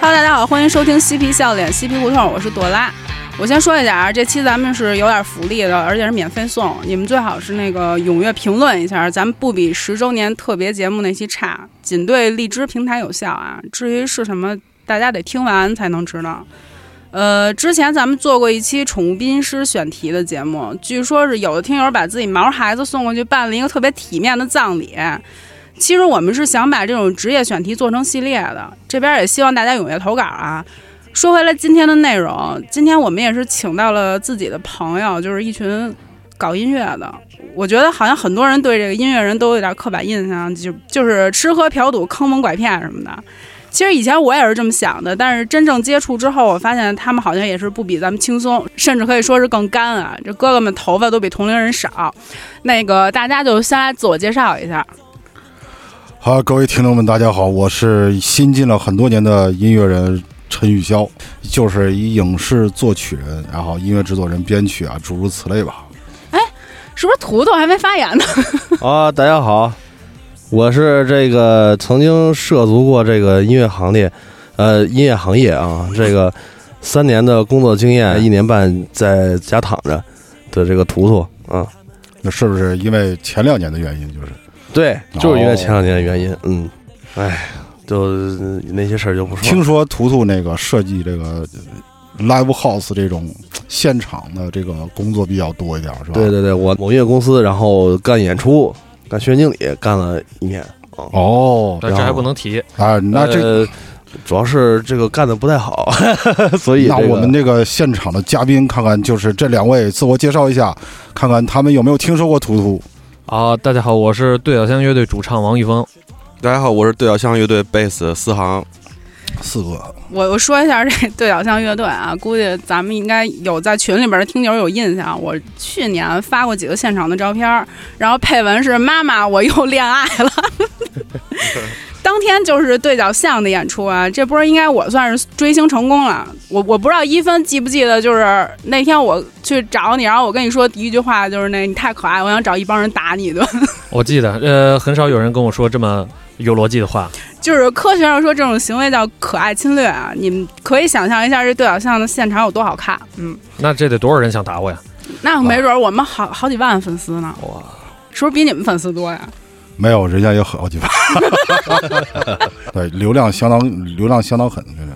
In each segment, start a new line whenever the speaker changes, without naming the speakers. Hello，大家好，欢迎收听嬉皮笑脸嬉皮胡同，我是朵拉。我先说一下啊，这期咱们是有点福利的，而且是免费送，你们最好是那个踊跃评论一下，咱们不比十周年特别节目那期差，仅对荔枝平台有效啊。至于是什么，大家得听完才能知道。呃，之前咱们做过一期宠物殡仪师选题的节目，据说是有的听友把自己毛孩子送过去办了一个特别体面的葬礼，其实我们是想把这种职业选题做成系列的，这边也希望大家踊跃投稿啊。说回来今天的内容，今天我们也是请到了自己的朋友，就是一群搞音乐的。我觉得好像很多人对这个音乐人都有点刻板印象，就就是 吃喝嫖赌、坑蒙拐骗什么的。其实以前我也是这么想的，但是真正接触之后，我发现他们好像也是不比咱们轻松，甚至可以说是更干啊。这哥哥们头发都比同龄人少。那个大家就先来自我介绍一下。
好，各位听众们，大家好，我是新进了很多年的音乐人陈宇潇，就是以影视作曲人，然后音乐制作人、编曲啊，诸如此类吧。
是不是图图还没发言呢？
啊，大家好，我是这个曾经涉足过这个音乐行列，呃，音乐行业啊，这个三年的工作经
嗯
验，一年半在家躺着的这个图图啊，
那是不是因为前两年的原因，就是
对，就是因为前两年的
哦
原因，嗯，哎，就那些事儿就不说了。
听说图图那个设计这个呃 live house 这种现场的这个工作比较多一点，是吧？
对。对对，我某音乐公司，然后干演出，干学院经理，干了一年。啊。
哦，
但这还不能提，
啊、那这、
呃主要是这个干的不太好， 所以、这
那
个、
我们这个现场的嘉宾，看看就是这两位自我介绍一下，看看他们有没有听说过图图。
啊，大家好，我是对角巷乐队主唱王玉峰。
大家好，我是对角巷乐队贝斯思航。
四个
我我说一下这对角巷乐队啊，估计咱们应该有在群里边的听友有印象。我去年发过几个现场的照片儿，然后配文是“妈妈，我又恋爱了” 。当天就是对角巷的演出啊，这波应该我算是追星成功了。我我不知道一芬记不记得，就是那天我去找你，然后我跟你说第一句话就是那“你太可爱，我想找一帮人打你”对吧？
我记得，呃，很少有人跟我说这么有逻辑的话。
就是科学上说这种行为叫可爱侵略啊！你们可以想象一下这对角巷的现场有多好看，嗯，
那这得多少人想打我呀？
那没准儿我们好好几万粉丝呢，
哇，
是不是比你们粉丝多呀？
没有，人家也很好几万，对，流量相当，流量相当狠，真的。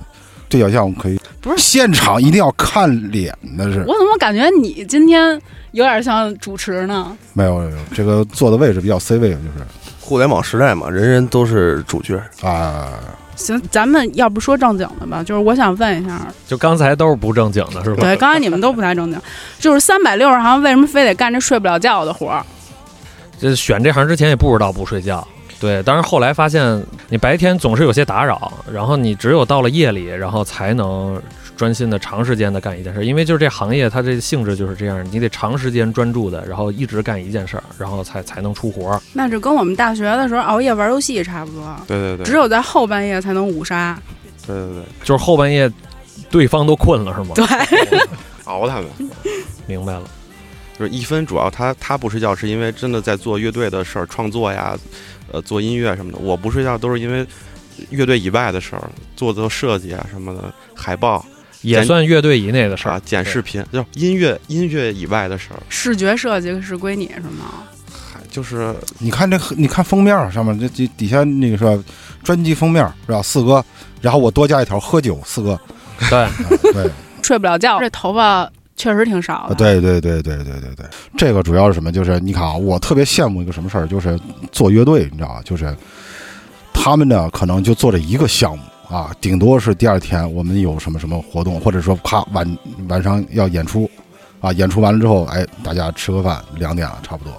对角巷可以，
不是
现场一定要看脸的是
我怎么感觉你今天有点像主持呢？
没有，没有这个坐的位置比较 C 位，就是
互联网时代嘛，人人都是主角。
啊，
行，咱们要不说正经的吧，就是我想问一下，
就刚才都是不正经的，是吧？
对，刚才你们都不太正经，就是三百六十行为什么非得干这睡不了觉的活儿？
这选这行之前也不知道不睡觉。对，当然后来发现你白天总是有些打扰，然后你只有到了夜里，然后才能专心的长时间的干一件事，因为就是这行业它这性质就是这样，你得长时间专注的，然后一直干一件事儿，然后才才能出活儿。
那这跟我们大学的时候熬夜玩游戏差不多，
对对对，
只有在后半夜才能五杀，
对对对，
就是后半夜，对方都困了是吗？
对。
熬他们。
明白了。
就是一分，主要他他不睡觉是因为真的在做乐队的事儿，创作呀，呃，做音乐什么的。我不睡觉都是因为乐队以外的事儿，做做设计啊什么的，海报
也
剪
算乐队以内的事
啊
儿，，
剪视频，就是音乐音乐以外的事儿，
视觉设计是归你是吗？
嗨，就是
你看这，你看封面儿上面这这底下那个是吧？专辑封面儿是吧？四哥，然后我多加一条喝酒，四哥，
对，
啊对，
睡不了觉，这头发确实挺少
啊
的。，
对对对对对对对，这个主要是什么？就是你看啊，我特别羡慕一个什么事儿，就是做乐队，你知道吧？就是他们呢，可能就做这一个项目啊，顶多是第二天我们有什么什么活动，或者说啪晚晚上要演出啊，演出完了之后，哎，大家吃个饭，两点了差不多。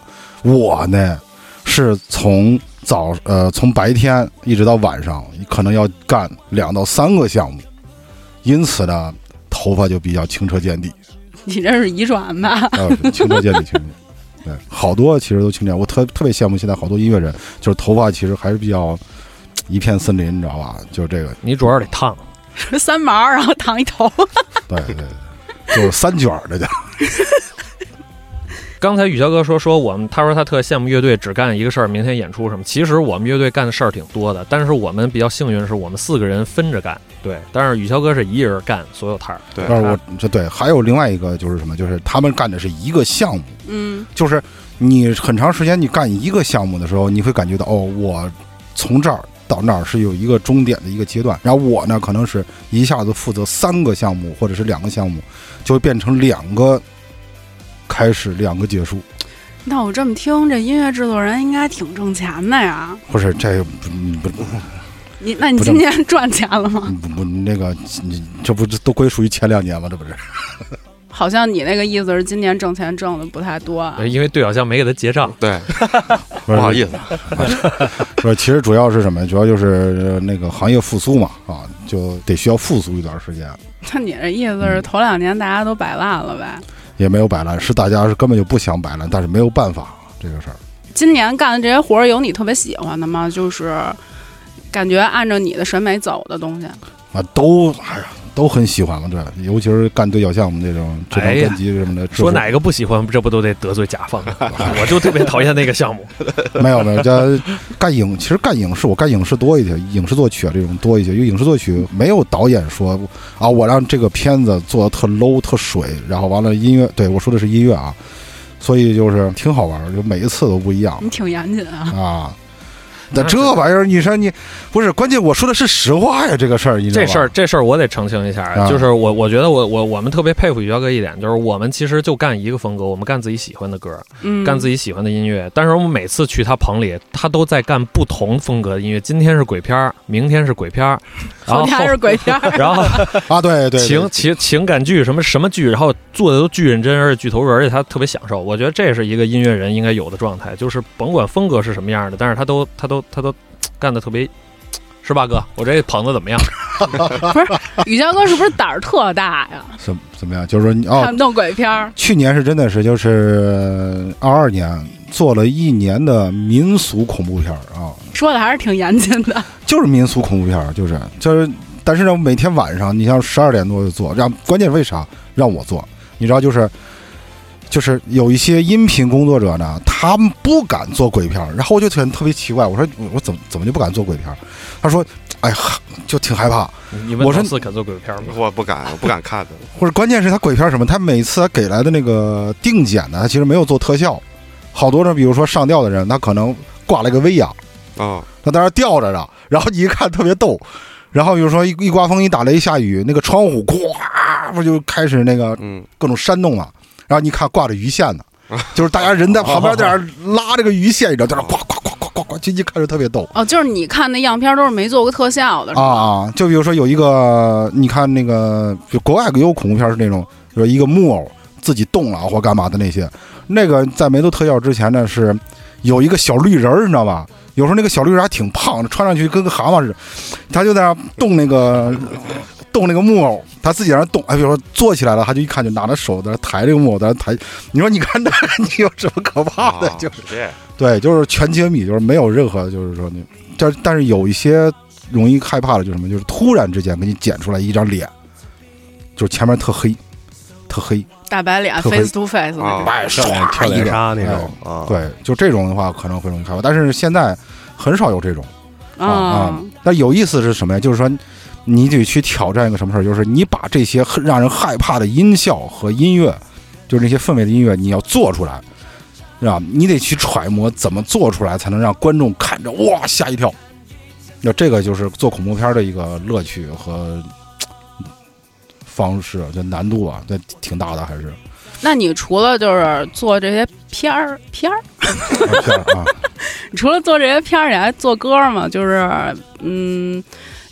我呢是从早呃从白天一直到晚上，可能要干两到三个项目，因此呢，头发就比较清澈见底。
你这是遗传吧？
啊，清澈见底，清澈。 对，好多其实都清澈。我特特别羡慕现在好多音乐人，就是头发其实还是比较一片森林，你知道吧？就这个，
你主要得烫，
三毛，然后烫一头。
对对对对，就是三卷儿的叫。
刚才雨潇哥说说我们，他说他特羡慕乐队只干一个事儿，明天演出什么。其实我们乐队干的事儿挺多的，但是我们比较幸运的是我们四个人分着干，对。但是雨潇哥是一人干所有摊儿，
对
但是我这对，还有另外一个就是什么，就是他们干的是一个项目，
嗯，
就是你很长时间你干一个项目的时候，你会感觉到哦，我从这儿到那儿是有一个终点的一个阶段。然后我呢，可能是一下子负责三个项目或者是两个项目，就会变成两个开始，两个结束。
那我这么听，这音乐制作人应该挺挣钱的呀。
不是这不嗯不不
你那你
不
今
挣
年赚钱了吗？
不不那个，你这不都归属于前两年吗？这不是？
好像你那个意思是今年挣钱挣的不太多啊。
哎
对因为对好像没给他结账，
对，
不
不
是
好意思，
不是，其实主要是什么？主要就是呃那个行业复苏嘛，啊，就得需要复苏一段时间，
那你这意思
嗯
是头两年大家都摆烂了呗？
也没有摆烂，是大家是根本就不想摆烂，但是没有办法这个事儿。
今年干的这些活儿有你特别喜欢的吗？就是感觉按照你的审美走的东西。
啊，都哎呀，都很喜欢嘛，对，尤其是干对角项目这种这
哎
张
呀
专辑什么的，制服
说哪个不喜欢，这不都得得罪甲方？ 我就特别讨厌那个 项目，
没有没有，这干影其实干影视我干影视多一些，影视作曲啊这种多一些，因为影视作曲没有导演说啊，我让这个片子做的特 low 特水，然后完了音乐，对我说的是音乐啊，所以就是挺好玩儿，就每一次都不一样
你挺严谨啊。
啊。那
那
这
是
玩意儿，你说你不是关键，我说的是实话呀，这个事儿，你知道
这
吧
事儿这事儿我得澄清一下，
啊
就是我我觉得我我我们特别佩服雨潇哥一点，就是我们其实就干一个风格，我们干自己喜欢的歌，
嗯，
干自己喜欢的音乐。但是我们每次去他棚里，他都在干不同风格的音乐。今天是鬼片儿，明天是鬼片 儿，然
后
后
天还是 鬼片 儿。
然后
啊，对对，对
情情情感剧什么什么剧，然后做的都巨认真，而且巨投入，而且他特别享受。我觉得这是一个音乐人应该有的状态，就是甭管风格是什么样的，但是他都他都他都嘖干的特别。嘖是吧，哥？我这捧的怎么样？
雨潇哥是不是胆儿特大呀？
怎么怎么样？就是说你哦，
看弄鬼片儿，
去年是真的是就是二二年做了一年的民俗恐怖片儿啊，
说的还是挺严谨的。
就是民俗恐怖片儿，就是就是，但是呢，每天晚上你像十二点多就做，让关键为啥让我做？你知道就是。就是有一些音频工作者呢，他们不敢做鬼片儿，然后我就很特别奇怪，我说我我怎么怎么就不敢做鬼片儿？他说，哎呀，就挺害怕，
你们
我是
老四肯做鬼片 吗？
我不敢，我不敢看的。
或者关键是他鬼片儿什么，他每次他给来的那个定检呢，他其实没有做特效。好多人，比如说上吊的人，他可能挂了一个威亚，
哦，
他在那儿吊着呢，然后你一看特别逗。然后比如说一一刮风一打雷下雨，那个窗户咵不就开始那个
嗯，
各种煽动了。然后你看挂着鱼线呢，就是大家人在旁边在那儿拉这个鱼线，你知道，在那儿呱呱呱呱呱呱，就一看着特别逗。
哦，就是你看那样片儿都是没做过特效的，是吧？
啊啊！就比如说有一个，你看那个，就国外也有恐怖片是那种，有一个木偶自己动了啊或干嘛的那些，那个在没做特效之前呢，是有一个小绿人儿，你知道吧？有时候那个小绿人还挺胖，穿上去跟个蛤蟆似的，他就在那动那个动那个木偶，他自己在那动，哎，比如说坐起来了，他就一看就拿着手在那抬这个木偶，在那抬。你说你看那你有什么可怕的？
哦
就是
这样。
对，就是全揭秘，就是没有任何，就是说你，但但是有一些容易害怕的，就是什么，就是突然之间给你剪出来一张脸，就是前面特黑，特黑，
大白脸
特别
，face to face 的
啊
白
上来跳
一
脸
个，哎
杀那种啊，
对，就这种的话可能会容易害怕，但是现在很少有这种啊
啊
啊。但有意思是什么呀？就是说。你得去挑战一个什么事儿，就是你把这些很让人害怕的音效和音乐，就是那些氛围的音乐，你要做出来，是吧？你得去揣摩怎么做出来，才能让观众看着哇吓一跳。那这个就是做恐怖片的一个乐趣和嘖方式，这难度啊，这挺大的，还是
那你除了就是做这些片儿片儿，
啊片儿啊。
你除了做这些片儿，你还做歌儿吗？就是嗯，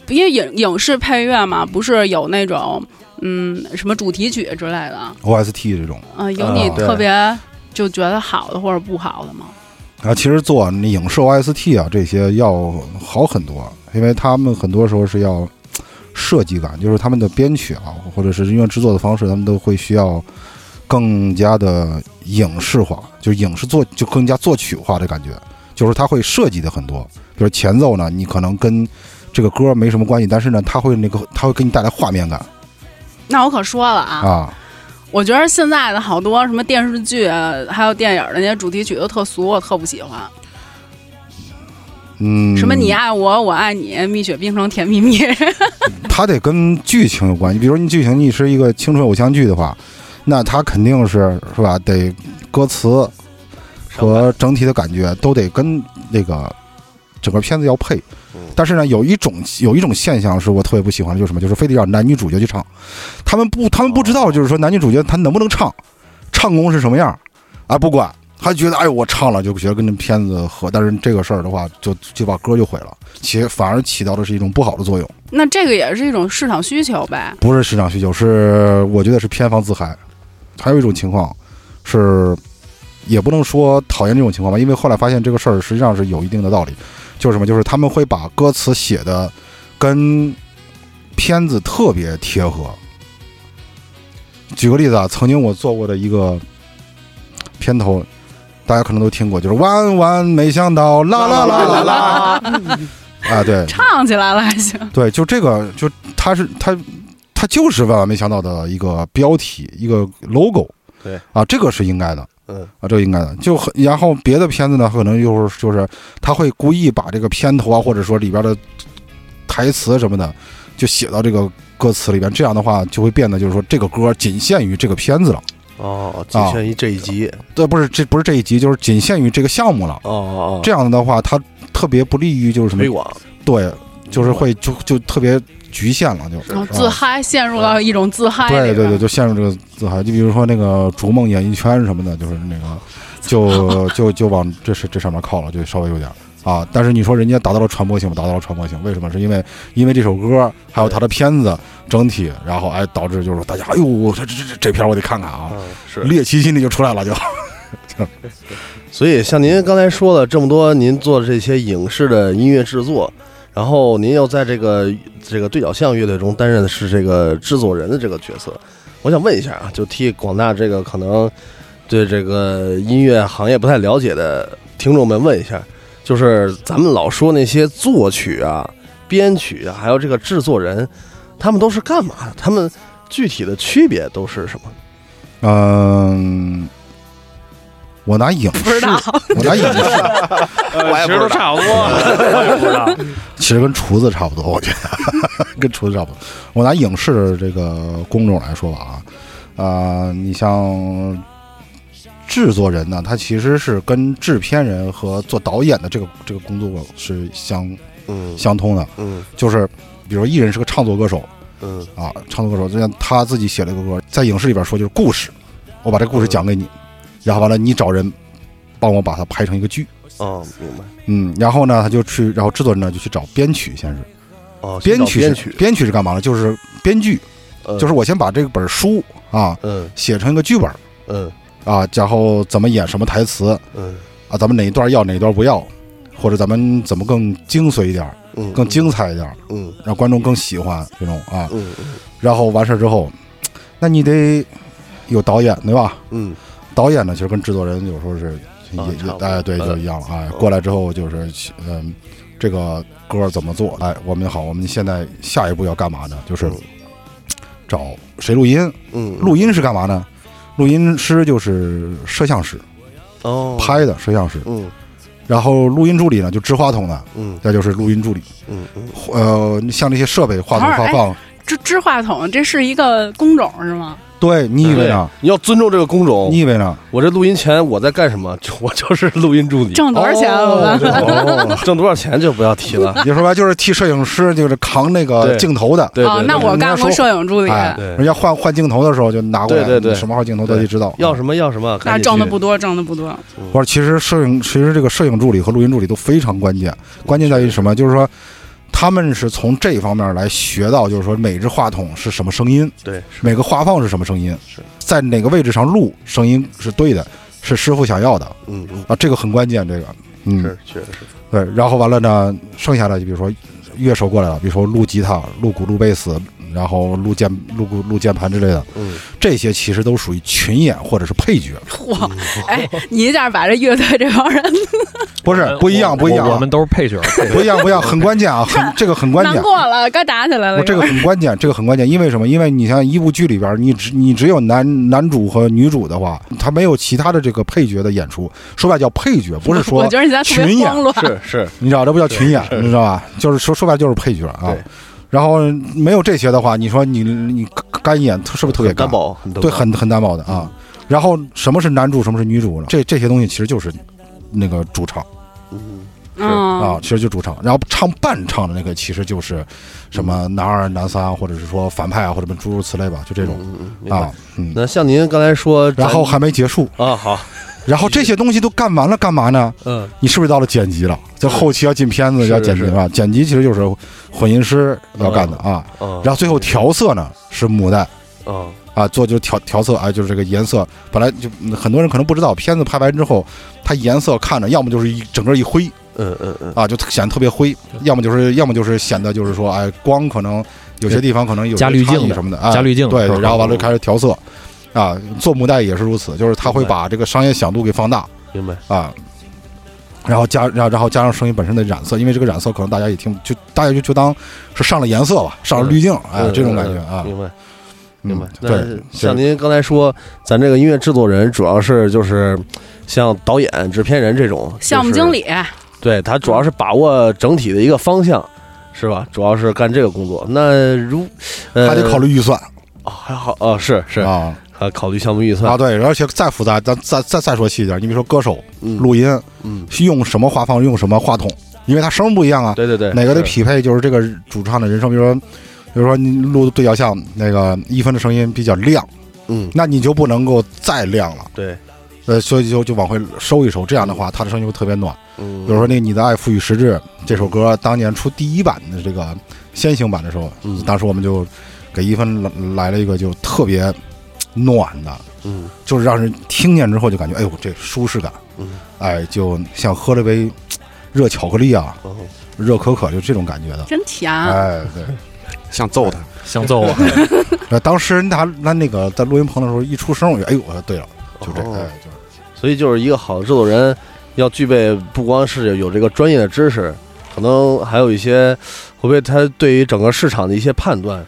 因为影影视配乐嘛，不是有那种嗯什么主题曲之类的，啊、
OST 这种
有你
啊对
特别就觉得好的或者不好的吗？
啊，其实做那影视 OST 啊这些要好很多，因为他们很多时候是要嘖设计感，就是他们的编曲啊，或者是音乐制作的方式，他们都会需要更加的影视化，就影视作就更加作曲化的感觉。就是他会设计的很多，比如前奏呢，你可能跟这个歌没什么关系，但是呢，他会那个他会给你带来画面感
那我可说了啊，
啊，
我觉得现在的好多什么电视剧啊还有电影的那些主题曲都特俗，我特不喜欢。
嗯，
什么你爱我，我爱你，蜜雪冰城甜蜜 蜜，
它得跟剧情有关系。比如你剧情你是一个青春偶像剧的话，那它肯定是是吧？得歌词和整体的感觉都得跟那个整个片子要配
嗯。
但是呢，有一种有一种现象是我特别不喜欢的，就是什么？就是非得让男女主角去唱，他们不，他们不知道，就是说男女主角他能不能唱，唱功是什么样，啊，不管，他觉得哎呦我唱了就觉得跟这片子合，但是这个事儿的话，就就把歌就毁了，起反而起到的是一种不好的作用。
那这个也是一种市场需求呗。
不是市场需求，是我觉得是偏方自嗨。还有一种情况是，也不能说讨厌这种情况吧，因为后来发现这个事儿实际上是有一定的道理，就是什么，就是他们会把歌词写的跟片子特别贴合。举个例子啊，曾经我做过的一个片头，大家可能都听过，就是万万没想到，啦啦啦啦啦， 啊，对，
唱起来了还行。
对，就这个，就它是它它就是万万没想到的一个标题，一个 logo。
对
啊，这个是应该的
嗯，
啊，这个应该的。就很，然后别的片子呢，可能就是就是他会故意把这个片头啊，或者说里边的台词什么的，就写到这个歌词里边。这样的话，就会变得就是说这个歌仅限于这个片子了。啊
哦，仅限于这一集。
对，不是这不是这一集，就是仅限于这个项目了。
哦哦，
这样的话，它特别不利于就是什么
推广
对，就是会就就特别局限了，就是
然后自嗨，陷入到一种自嗨里
对
边。
对对，就陷入这个自嗨。就比如说那个《逐梦演艺圈》什么的，就是那个，就就就往这是这上面靠了，就稍微有点儿啊。但是你说人家达到了传播性吗？达到了传播性，为什么？是因为因为这首歌还有他的片子整体，然后哎导致就是说大家哎呦这这这这片儿我得看看啊，
嗯是
猎奇心理就出来了 就。
所以，像您刚才说了这么多，您做的这些影视的音乐制作，然后您又在这个这个对角巷乐队中担任的是这个制作人的这个角色，我想问一下啊，就替广大这个可能对这个音乐行业不太了解的听众们问一下，就是咱们老说那些作曲啊、编曲啊，还有这个制作人，他们都是干嘛的？他们具体的区别都是什么？
嗯，我拿影
不知
视，
道，
我拿影视，
我也
其实
不
都
知道。
差不多，我也不知道。
其实跟厨子差不多，我觉得跟厨子差不多。我拿影视这个工种来说吧啊，呃，你像制作人呢，他其实是跟制片人和做导演的这个这个工作是相
嗯
相通的，
嗯
就是比如艺人是个唱作歌手
嗯
啊，唱作歌手就像他自己写了一个歌，在影视里边说就是故事，我把这个故事讲给你，然后完了你找人帮我把它拍成一个剧，
哦，明白
嗯，然后呢他就去，然后制作人呢就去找编曲先是。
哦，
编曲是
编曲
编曲是干嘛呢？就是编剧，
呃
就是我先把这本书啊
嗯
写成一个剧本
嗯
啊，然后怎么演什么台词
嗯
啊，咱们哪一段要哪一段不要，或者咱们怎么更精髓一点，
嗯，
更精彩一点，
嗯
让观众更喜欢这种啊。
嗯嗯
然后完事儿之后，那你得有导演对吧？
嗯
导演呢，其实跟制作人有时候是也
啊差
也
不多
哎对，就一样了哎。过来之后就是嗯，这个歌怎么做？哎，我们好，我们现在下一步要干嘛呢？就是
嗯
找谁录音？
嗯，
录音是干嘛呢？录音师就是摄像师
哦
拍的摄像师，
嗯
然后录音助理呢就支话筒的，
嗯
那就是录音助理。
嗯嗯，
呃，像那些设备话筒
等会儿
放放，
哎
这支话筒这是一个工种是吗？
对你以为呢？
你要尊重这个工种
你。以为呢？
我这录音前我在干什么？ 就我就是录音助理，
挣多少钱啊？我们
哦
挣多少钱就不要提了。
也说白了 就是替摄影师就是扛那个
对
镜头的。
对
哦，
对
那
对
我干过摄影助理，
哎，
对
人家换换镜头的时候就拿过来，
对对对
什么号镜头都得知道。
要什么要什么，赶
那
紧
挣的
去
不多，挣的不多。
不是，其实摄影，其实这个摄影助理和录音助理都非常关键。关键在于什么？就是说，他们是从这方面来学到，就是说每只话筒是什么声音，
对
每个话放是什么声音，
是
在哪个位置上录声音是对的，是师傅想要的
嗯嗯
啊，这个很关键。这个，嗯，
是确实是
对。然后完了呢，剩下的就比如说乐手过来了，比如说录吉他、录鼓、录贝斯，然后录键、录鼓、录键盘之类的，
嗯
这些其实都属
嗯
于群演或者是配角。
嚯，哎，你一下把这乐队这帮人
不是
我们
不一样
我
不一样啊
我们都是配角。配角
不一样不一样，很关键啊，很这个很关
难
键。
过了，该打起来了。
我这个很关键，这个很关键，因为什么？因为你像一部剧里边，你只你只有男男主和女主的话，他没有其他的这个配角的演出，说白了叫配角，不是
我
说
觉得你现在特别
群演
慌乱。
是是，
你知道这不叫群演，你知道吧？就是说说白了就是配角啊
对。
然后没有这些的话，你说你你干演是不是特别
很单
干？
薄，很单薄
对，很很单薄的啊。然后什么是男主，什么是女主呢？这这些东西其实就是那个主唱
嗯
啊
嗯，，
其实就主唱。然后唱伴唱的那个其实就是什么男二、男三，或者是说反派啊，或者什么诸如此类吧，就这种
嗯嗯明白
啊。嗯，
那像您刚才说，
然后还没结束，
啊好，
然后这些东西都干完了，干嘛呢？
嗯
你是不是到了剪辑了？就后期要进片子
是
要剪辑吧？剪辑其实就是混音师要干的啊。
嗯，
然后最后调色呢是母带。
嗯
啊，做就调调色啊，就是这个颜色，本来就嗯很多人可能不知道，片子拍完之后，它颜色看着要么就是一整个一灰
嗯嗯嗯，
啊，就特显得特别灰，
嗯
要么就是要么就是显得就是说，哎，光可能有些地方可能有
加
些
滤
差
镜
异
的
什么的，哎
加滤镜
对
是吧，嗯
然后完了就开始调色，啊，做母带也是如此，就是他会
明白
把这个商业响度给放大
明白，
啊。然后加，然后然后加上声音本身的染色，因为这个染色可能大家也听，就大家就就当是上了颜色吧，上了滤镜，哎，
嗯
这种
嗯
感
嗯
觉啊，
明白。
嗯
明白。
对
那，
就是
像您刚才说，咱这个音乐制作人主要是就是像导演、制片人这种
项目经，理，
就是对他主要是把握整体的一个方向，是吧？主要是干这个工作。那如呃，
还得考虑预算，
哦，还好哦，是是，
啊
还考虑项目预算
啊，。对，而且再复杂，咱再再再说细一点，你比如说歌手
嗯
录音
嗯，
用什么话放，用什么话筒，因为他声不一样啊，
对对对，
哪个得
是？
匹配就是这个主唱的人声，比如说。比如说你录对角巷那个一分的声音比较亮，
嗯，
那你就不能够再亮了，
对，
呃，所以就就往回收一收。这样的话，他的声音会特别暖。
嗯，
比如说那个《你的爱赋予实质》这首歌，当年出第一版的这个先行版的时候，
嗯
当时我们就给一分来来了一个就特别暖的，
嗯
就是让人听见之后就感觉，哎呦，这舒适感，
嗯
哎，就像喝了杯嘖热巧克力啊，
哦
热可可，就这种感觉的。
真甜。
哎，对，
想揍他，
想揍我，
那当时他他那个在录音棚的时候一出声，我就哎呦，我说对了，就这，
哦
哎，就是
所以就是一个好的制作人要具备不光是有这个专业的知识，可能还有一些会不会他对于整个市场的一些判断，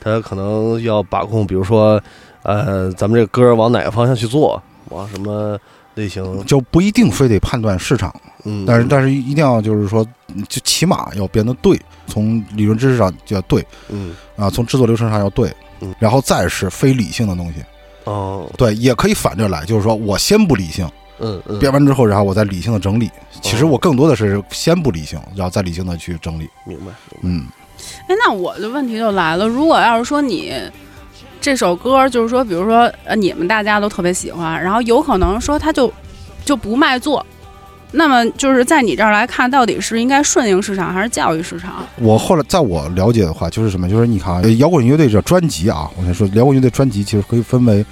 他可能要把控，比如说呃，咱们这个歌往哪个方向去做，往什么类型，
就不一定非得判断市场，
嗯，
但是但是一定要就是说，就起码要编得对，从理论知识上就要对
嗯
啊，从制作流程上要对
嗯，
然后再是非理性的东西，
哦
对，也可以反着来，就是说我先不理性。
嗯嗯，哦
编完之后，然后我再理性的整理。其实我更多的是先不理性，然后再理性的去整理。
明白，
嗯，
哎，那我的问题就来了，如果要是说你这首歌，就是说，比如说，呃，你们大家都特别喜欢，然后有可能说它就就不卖座，那么就是在你这儿来看，到底是应该顺应市场还是教育市场？
我后来在我了解的话，就是什么？就是你看啊，呃摇滚乐队这专辑啊，我先说，摇滚乐队专辑其实可以分为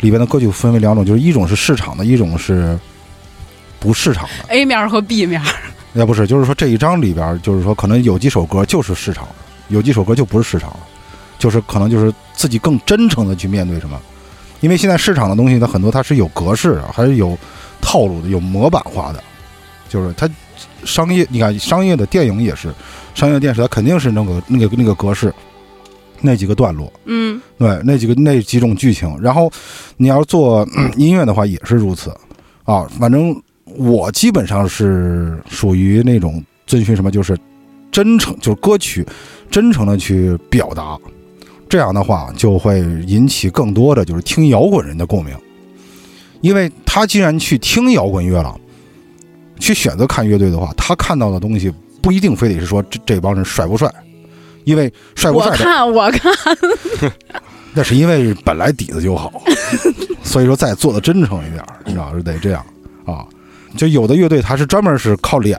里边的歌曲分为两种，就是一种是市场的，一种是不市场的。
A 面儿和 B 面儿，
那哎不是，就是说这一张里边，就是说可能有几首歌就是市场的，有几首歌就不是市场的，就是可能就是自己更真诚的去面对什么。因为现在市场的东西，它很多它是有格式，还是有套路的，有模板化的，就是它商业，你看商业的电影也是，商业电视它肯定是那个那个那个格式，那几个段落，
嗯，
对，那几个那几种剧情。然后你要做、嗯音乐的话也是如此啊。反正我基本上是属于那种遵循什么，就是真诚，就是歌曲真诚的去表达。这样的话就会引起更多的就是听摇滚人的共鸣，因为他既然去听摇滚乐了，去选择看乐队的话，他看到的东西不一定非得是说这这帮人帅不帅，因为帅
哎
不
我
帅的
看我看，
那是因为本来底子就好， 所以说再做的真诚一点儿，你知道是得这样啊。就有的乐队它是专门是靠脸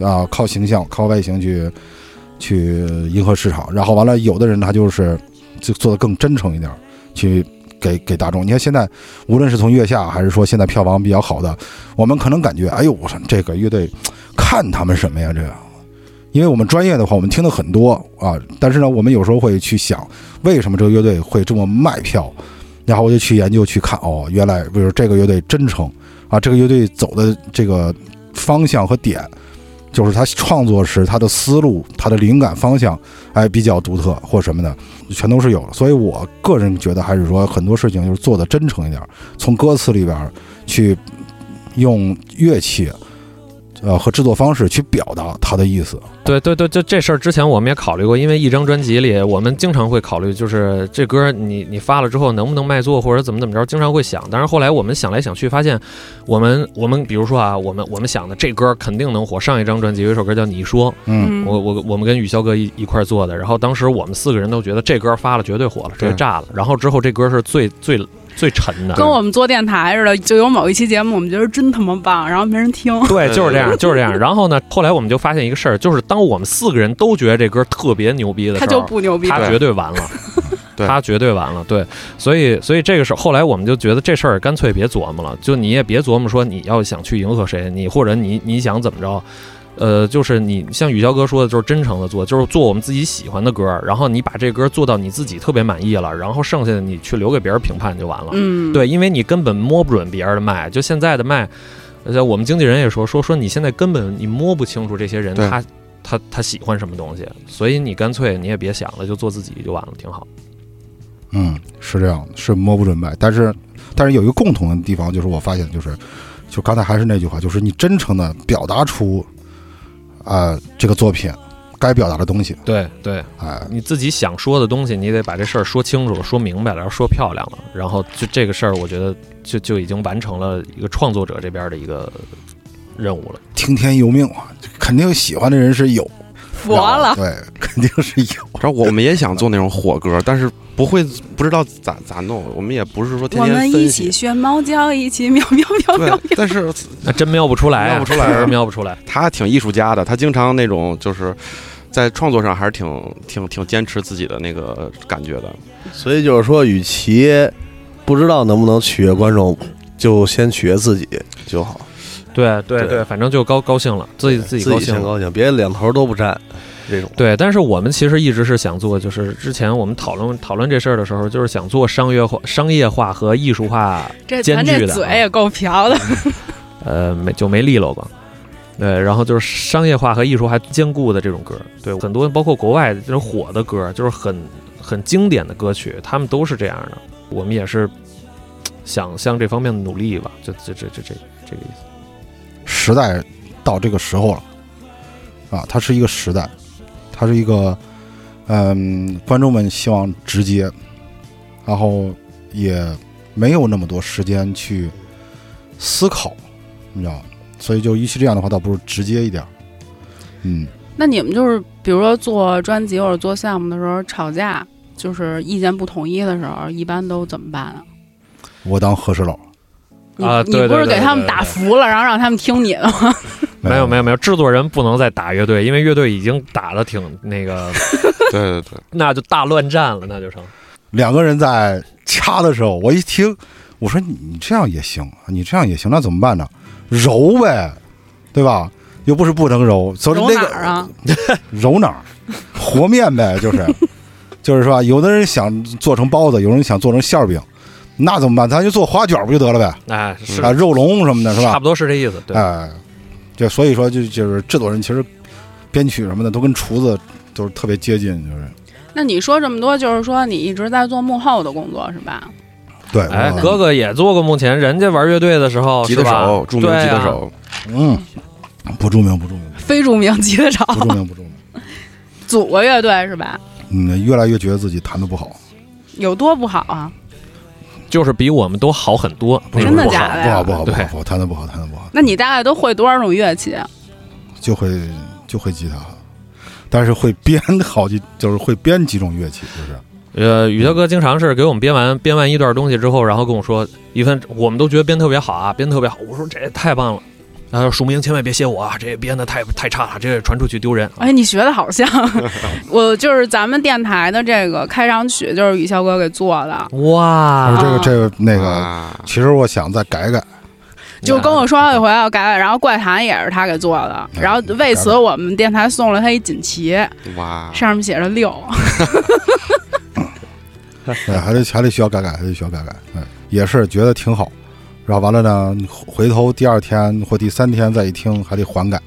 啊，靠形象、靠外形去去迎合市场，然后完了，有的人他就是就做的更真诚一点儿，去给给大众。你看现在，无论是从月下还是说现在票房比较好的，我们可能感觉，哎呦，我说这个乐队看他们什么呀？这个。因为我们专业的话，我们听的很多啊，但是呢，我们有时候会去想，为什么这个乐队会这么卖票？然后我就去研究去看，哦，原来比如这个乐队真诚啊，这个乐队走的这个方向和点，就是他创作时他的思路、他的灵感方向，哎，比较独特或什么的，全都是有的。所以我个人觉得还是说很多事情就是做的真诚一点儿，从歌词里边儿去用乐器。呃，和制作方式去表达他的意思，
对对对，就这事儿之前我们也考虑过，因为一张专辑里，我们经常会考虑，就是这歌你你发了之后能不能卖座，或者怎么怎么着，经常会想。但是后来我们想来想去，发现我们我们比如说啊，我们我们想的这歌肯定能火。上一张专辑有一首歌叫《你说》，
嗯，
嗯
我我我们跟雨潇哥一一块儿做的，然后当时我们四个人都觉得这歌发了绝对火了，绝对
对
炸了。然后之后这歌是最最最沉的，
嗯跟我们做电台似的，就有某一期节目，我们觉得真他妈棒，然后没人听。
对，
对
就是这样，
对
就是这样。然后呢，后来我们就发现一个事儿，就是当我们四个人都觉得这歌特别牛逼的时
他
候，
就不牛逼，
他绝对完了，
对
他绝对完了， 对，所以所以这个时候，后来我们就觉得这事儿干脆别琢磨了，就你也别琢磨说你要想去迎合谁，你或者你你想怎么着。呃，就是你像雨潇哥说的，就是真诚的做，就是做我们自己喜欢的歌儿，然后你把这歌做到你自己特别满意了，然后剩下的你去留给别人评判就完了。
嗯，
对，因为你根本摸不准别人的脉，就现在的脉，而且我们经纪人也说说说你现在根本你摸不清楚这些人
对
他他他喜欢什么东西，所以你干脆你也别想了，就做自己就完了，挺好。
嗯，是这样，是摸不准白。但是，但是有一个共同的地方，就是我发现，就是，就刚才还是那句话，就是你真诚的表达出，啊、这个作品该表达的东西，
对对，
哎，
你自己想说的东西，你得把这事儿说清楚了、说明白了，然后说漂亮了，然后就这个事儿，我觉得就就已经完成了一个创作者这边的一个任务了。
听天由命啊，肯定喜欢的人是有，
佛了。
对，肯定是有。
然后我们也想做那种火歌，但是不会不知道咋咋弄，我们也不是说天
我
天
们一
分
起
析。
学猫叫，一起喵喵喵喵
对
喵。，
但是
那真瞄不出来、啊，
瞄不出来 啊
真瞄不出来。
他挺艺术家的，他经常那种就是在创作上还是挺挺挺坚持自己的那个感觉的。
所以就是说，与其不知道能不能取悦观众，就先取悦自己就好，
对对
对
对，反正就高高兴了，自己自己
自
高
己
兴
先
了。
高兴，别两头都不占这种。
对，但是我们其实一直是想做，就是之前我们讨论讨论这事儿的时候，就是想做商业化、商业化和艺术化，
这
艰
咱
巨
这
的啊
嘴也够瓢的，
呃，没就没利落吧。对，然后就是商业化和艺术化兼顾的这种歌，对，很多包括国外就是火的歌，就是很很经典的歌曲，他们都是这样的。我们也是想向这方面努力吧，就这这这这这个意思。
时代到这个时候了，啊，它是一个时代，它是一个，嗯，观众们希望直接，然后也没有那么多时间去思考，你知道吗？所以就与其这样的话，倒不如直接一点儿。嗯，
那你们就是，比如说做专辑或者做项目的时候吵架，就是意见不统一的时候，一般都怎么办啊？
我当和事佬。
你
啊对
你不是
对对
给他们
对
打服了，然后让他们听你的吗？
没有没有没有，制作人不能再打乐队，因为乐队已经打的挺那个，
对对对，
那就大乱战了，那就成。
两个人在掐的时候，我一听，我说你你这样也行，你这样也行，那怎么办呢？揉呗，对吧？又不是不能揉，所以
揉
那
哪
个呃
儿啊？
揉哪儿，和面呗， 就是，就是说，有的人想做成包子，有人想做成馅儿饼，那怎么办？咱就做花卷儿不就得了呗？
哎，是
啊，肉龙什么的，是
差
吧？
不多是这意思，对。
哎，就所以说，就就是制作人其实编曲什么的都跟厨子都是特别接近，就是
那你说这么多，就是说你一直在做幕后的工作是吧？
对，嗯
哎，
我
哥哥也做过幕前，人家玩乐队的时候，
吉
是
他
吧
手，著名吉他，
对啊
手，
嗯，不著名，不著名，
非著名吉他手
不著名，不著名。
组过乐队是吧？
嗯，越来越觉得自己弹的不好，
有多不好啊？
就是比我们都好很多，
不是
真的
不好
假的
不
呀
好，不好，不好，
对
不好，弹的不好，弹的不好，
那你大概都会多少种乐 器啊？
就会就会吉他，但是会编好几，就是会编几种乐器，就是
呃，宇涛哥经常是给我们编完编完一段东西之后，然后跟我说：“一分，我们都觉得编特别好啊，编特别好。”我说：“这也太棒了。”他说：“署名千万别写我啊，这编的太太差了，这传出去丢人。”
哎，你学的好像， 我就是咱们电台的这个开场曲，就是雨潇哥给做的，
啊
哇，
这个这个那个，
啊
其实我想再改改，
就跟我说好几回要改改，然后怪谈也是他给做的，
嗯
然后为此我们电台送了他一锦旗，
啊
哇，
上面写着六，
嗯
哎还得还得需要改改，还得需要改改，哎，也是觉得挺好，然后完了呢，你回头第二天或第三天再一听，还得缓改。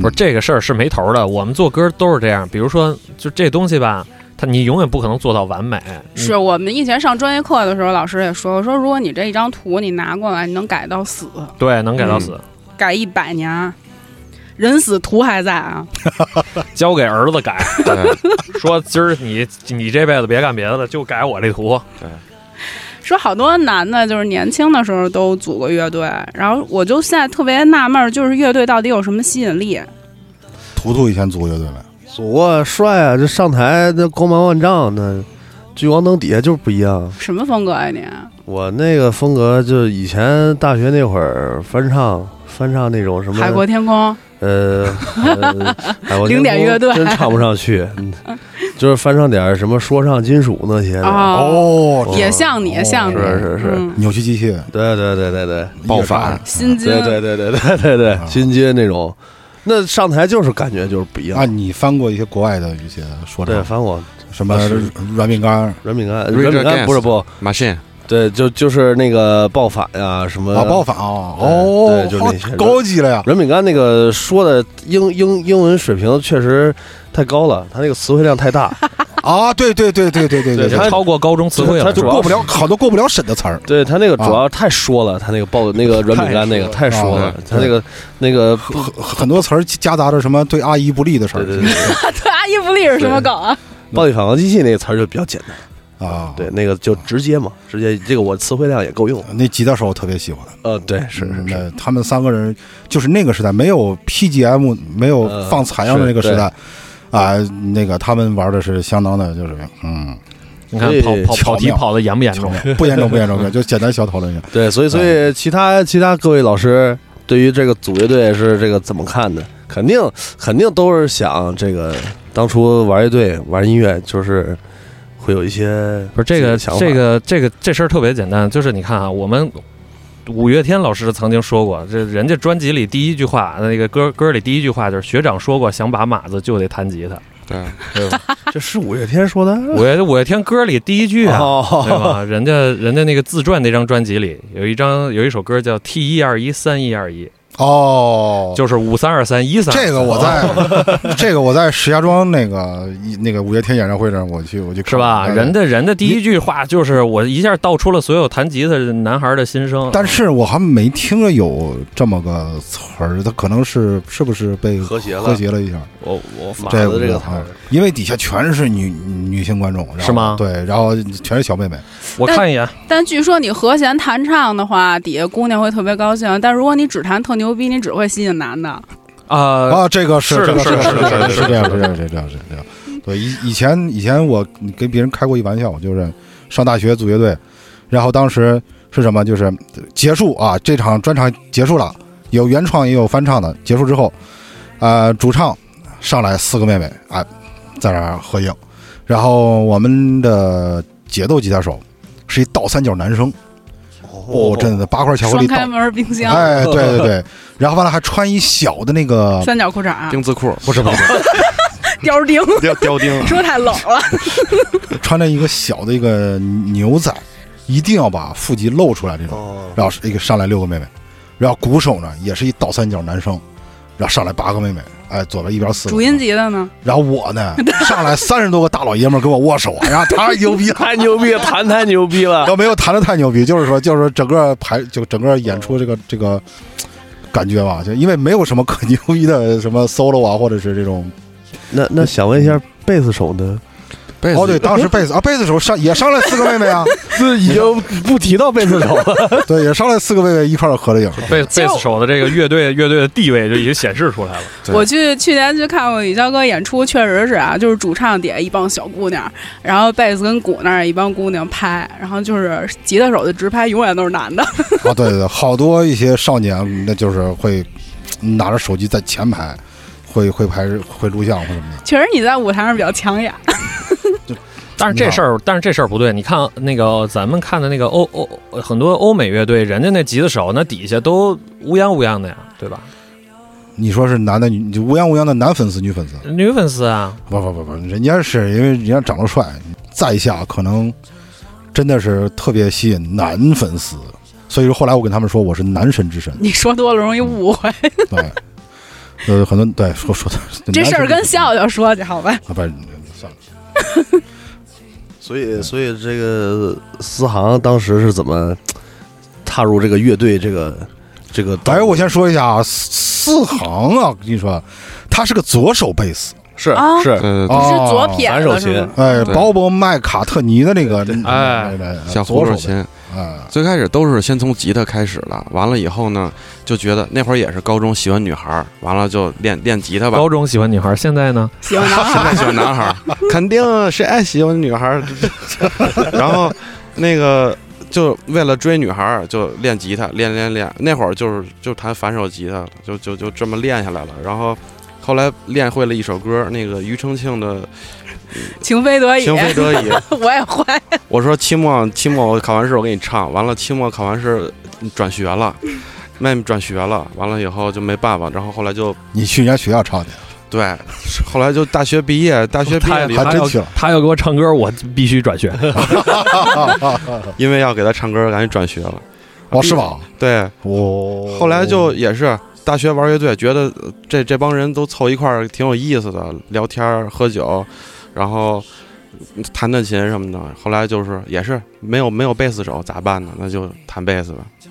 不是这个事儿是没头儿的，我们做歌都是这样。比如说，就这东西吧，它你永远不可能做到完美。
是我们以前上专业课的时候，老师也说说，如果你这一张图你拿过来，你能改到死，
对，能改到死，
嗯
改一百年啊，人死图还在啊。
交给儿子改，
对，
说今儿你你这辈子别干别的了，就改我这图。
说好多男的，就是年轻的时候都组过乐队，然后我就现在特别纳闷儿，就是乐队到底有什么吸引力？
图图以前组乐队没？
祖国帅啊，这上台那光芒万丈，那聚光灯底下就是不一样。
什么风格呀、你？
我那个风格就是以前大学那会儿翻唱，翻唱那种什么
海阔天空，
呃，呃 海阔天空
零点乐队
真唱不上去，嗯就是翻唱点儿什么说唱金属那些的。
哦
哦
也像你，
哦
像你，
是是是
嗯，
扭曲机器
对对对对对，
爆发，
心经，
对对对对对对对
啊，
新街那种，那上台就是感觉就是不一
啊！
样。
你翻过一些国外的一些说
对，
唱，
反正我
什么
啊是
软饼干
软饼干，
Rage
软饼干
Against
不是不，
machine
对，就就是那个爆法呀什么
啊，爆法啊，哦，
呃哎对就
好
那些
高级了呀！
软饼干那个说的英英英文水平确实太高了，他那个词汇量太 大。
啊，对对对对对对
对
对，
已经
他
超过高中词汇
他
了，
他主
是
要
吧
过不了，好多过不了审的词儿。
对他那个主要太说了，他那个爆那个软饼干那个啊太说了
啊，
他那个那个
很很多词儿夹杂着什么对阿姨不利的事
对
儿
对对对
对， 阿依不利是什么梗啊？
暴力反抗机器那个词儿就比较简单，
啊，
对，那个就直接嘛，直接这个我词汇量也够用。
那吉他手我特别喜欢，
呃，对，是是是，
那他们三个人就是那个时代没有 PGM 没有
呃
放采样的那个
是
时代啊，那个他们玩的是相当的，就是嗯，
你看跑跑跑题跑的严不严重？
不严重不严重，就简单小讨论一下。
对，所以所以其他其他各位老师对于这个组乐队是这个怎么看的？肯定肯定都是想这个当初玩乐队玩音乐就是会有一些
不是这个
想法
这个这个这事儿特别简单，就是你看啊，我们五月天老师曾经说过，这人家专辑里第一句话，那个歌歌里第一句话就是学长说过，想把码子就得弹吉他。
对，
对吧
这是五月天说的，
五月五月天歌里第一句啊，对
哦，
吧？人家人家那个自传那张专辑里有一张有一首歌叫 T 一二一三一二一，
哦，
就是哦五三二三一三。
这个我在 这个我在石家庄那个一那个五月天演唱会上，我去我去看
是吧？
嗯
人的人的第一句话就是我一下道出了所有弹吉他男孩的心声。
但是我还没听着有这么个词儿，它可能是是不是被
和谐了
和谐了一下？
我我马
这
子这个词儿
啊，因为底下全是女女性观众，然后
是吗
对，然后全是小妹妹。
我看一眼，
但据说你和弦弹唱的话，底下姑娘会特别高兴；但如果你只弹特牛逼，你只会吸引男的。
啊，
啊，这个是
是
这
的
个这个
是的
这个
是的是
是
的
这样是这样是这样是这样。对，以以前以前我跟别人开过一玩笑，我就是上大学组乐队，然后当时是什么？就是结束啊，这场专场结束了，有原创也有翻唱的。结束之后，呃，主唱上来四个妹妹啊，在那儿合影，然后我们的节奏吉他手是一倒三角男生，哦，真的八块巧克
双
力倒
开，门冰箱，
哎，对对对，然后完了还穿一小的那个
三角裤衩，
钉子裤
不是不是，
貂儿钉，
雕雕钉，
说太冷了。
穿着一个小的一个牛仔，一定要把腹肌露出来这种。
哦，
然后是一个上来六个妹妹，然后鼓手呢也是一倒三角男生，然后上来八个妹妹，哎，左边一边四个。
主音。级的呢？
然后我 呢，上来三十多个大老爷们儿跟我握手，啊然后他牛逼了。
太牛逼了，弹太牛逼了，
要没有弹的太牛逼，就是说，就是说整个排，就整个演出这个这个感觉吧，就因为没有什么可牛逼的什么 solo 啊，或者是这种
那那想问一下，贝斯手呢？
被
哦，对，当时贝斯啊，贝斯手上也上来四个妹妹啊，
这已经不提到贝斯 手了。
对，也上来四个妹妹一块儿合了影。
贝贝斯手的这个乐队乐队的地位就已经显示出来了。
对
我去去年去看过雨潇哥演出，确实是啊，就是主唱底下一帮小姑娘，然后贝斯跟鼓那儿一帮姑娘拍，然后就是吉他手的直拍永远都是男的，
啊，对对对，好多一些少年，那就是会嗯拿着手机在前排，会会拍会录像或什么的。
确实你在舞台上比较抢眼。，
但是这事儿，但是这事儿不对。你看那个咱们看的那个欧欧很多欧美乐队，人家那吉他手那底下都乌泱乌泱的呀，对吧？
你说是男的女，你就乌泱乌泱的男粉丝、女粉丝？
女粉丝啊，
不不不不，人家是因为人家长得帅，在下可能真的是特别吸引男粉丝，所以说后来我跟他们说我是男神之神
你说多了容易误会，
对，呃，很多对 说说的
这事儿跟
笑
笑笑说去好吧？
啊，不是算了，
所以，所以这个思航当时是怎么踏入这个乐队这个这个道路？
哎，我先说一下啊，四行啊，我跟你说，他是个左手贝斯，
是
啊
是
嗯，
你
哦
是左撇
反
子
手
是
琴
吗？
哎，
对
鲍勃麦卡特尼的那个，嗯
哎
对，
小
左
胡手
手
琴，
贝，哎，
最开始都是先从吉他开始的，完了以后呢，就觉得那会儿也是高中喜欢女孩儿，完了就练练吉他吧。
高中喜欢女孩，现在呢？
喜欢男孩
现在喜欢男孩儿， 肯定谁爱喜欢女孩儿。 然后那个就为了追女孩儿，就练吉他，练练练。那会儿就是就弹反手吉他了，就就就这么练下来了。然后后来练会了一首歌，那个庾澄庆的
情非得
《
已，
情非得已》。
我也会。
我说期末期末我考完试我给你唱，完了期末考完试转学了，妹妹转学了，完了以后就没办法，然后后来就
你去人家学校唱去，
对，后来就大学毕业，大学毕业里
还真
要
去了
他要给我唱歌，我必须转学。
因为要给她唱歌，赶紧转学了。
哦，是哦吧？
对，
我
哎后来就也是大学玩乐队，觉得呃这这帮人都凑一块儿挺有意思的，聊天儿喝酒，然后嗯弹弹琴什么的。后来就是也是没有没有贝斯手咋办呢？那就弹贝斯吧。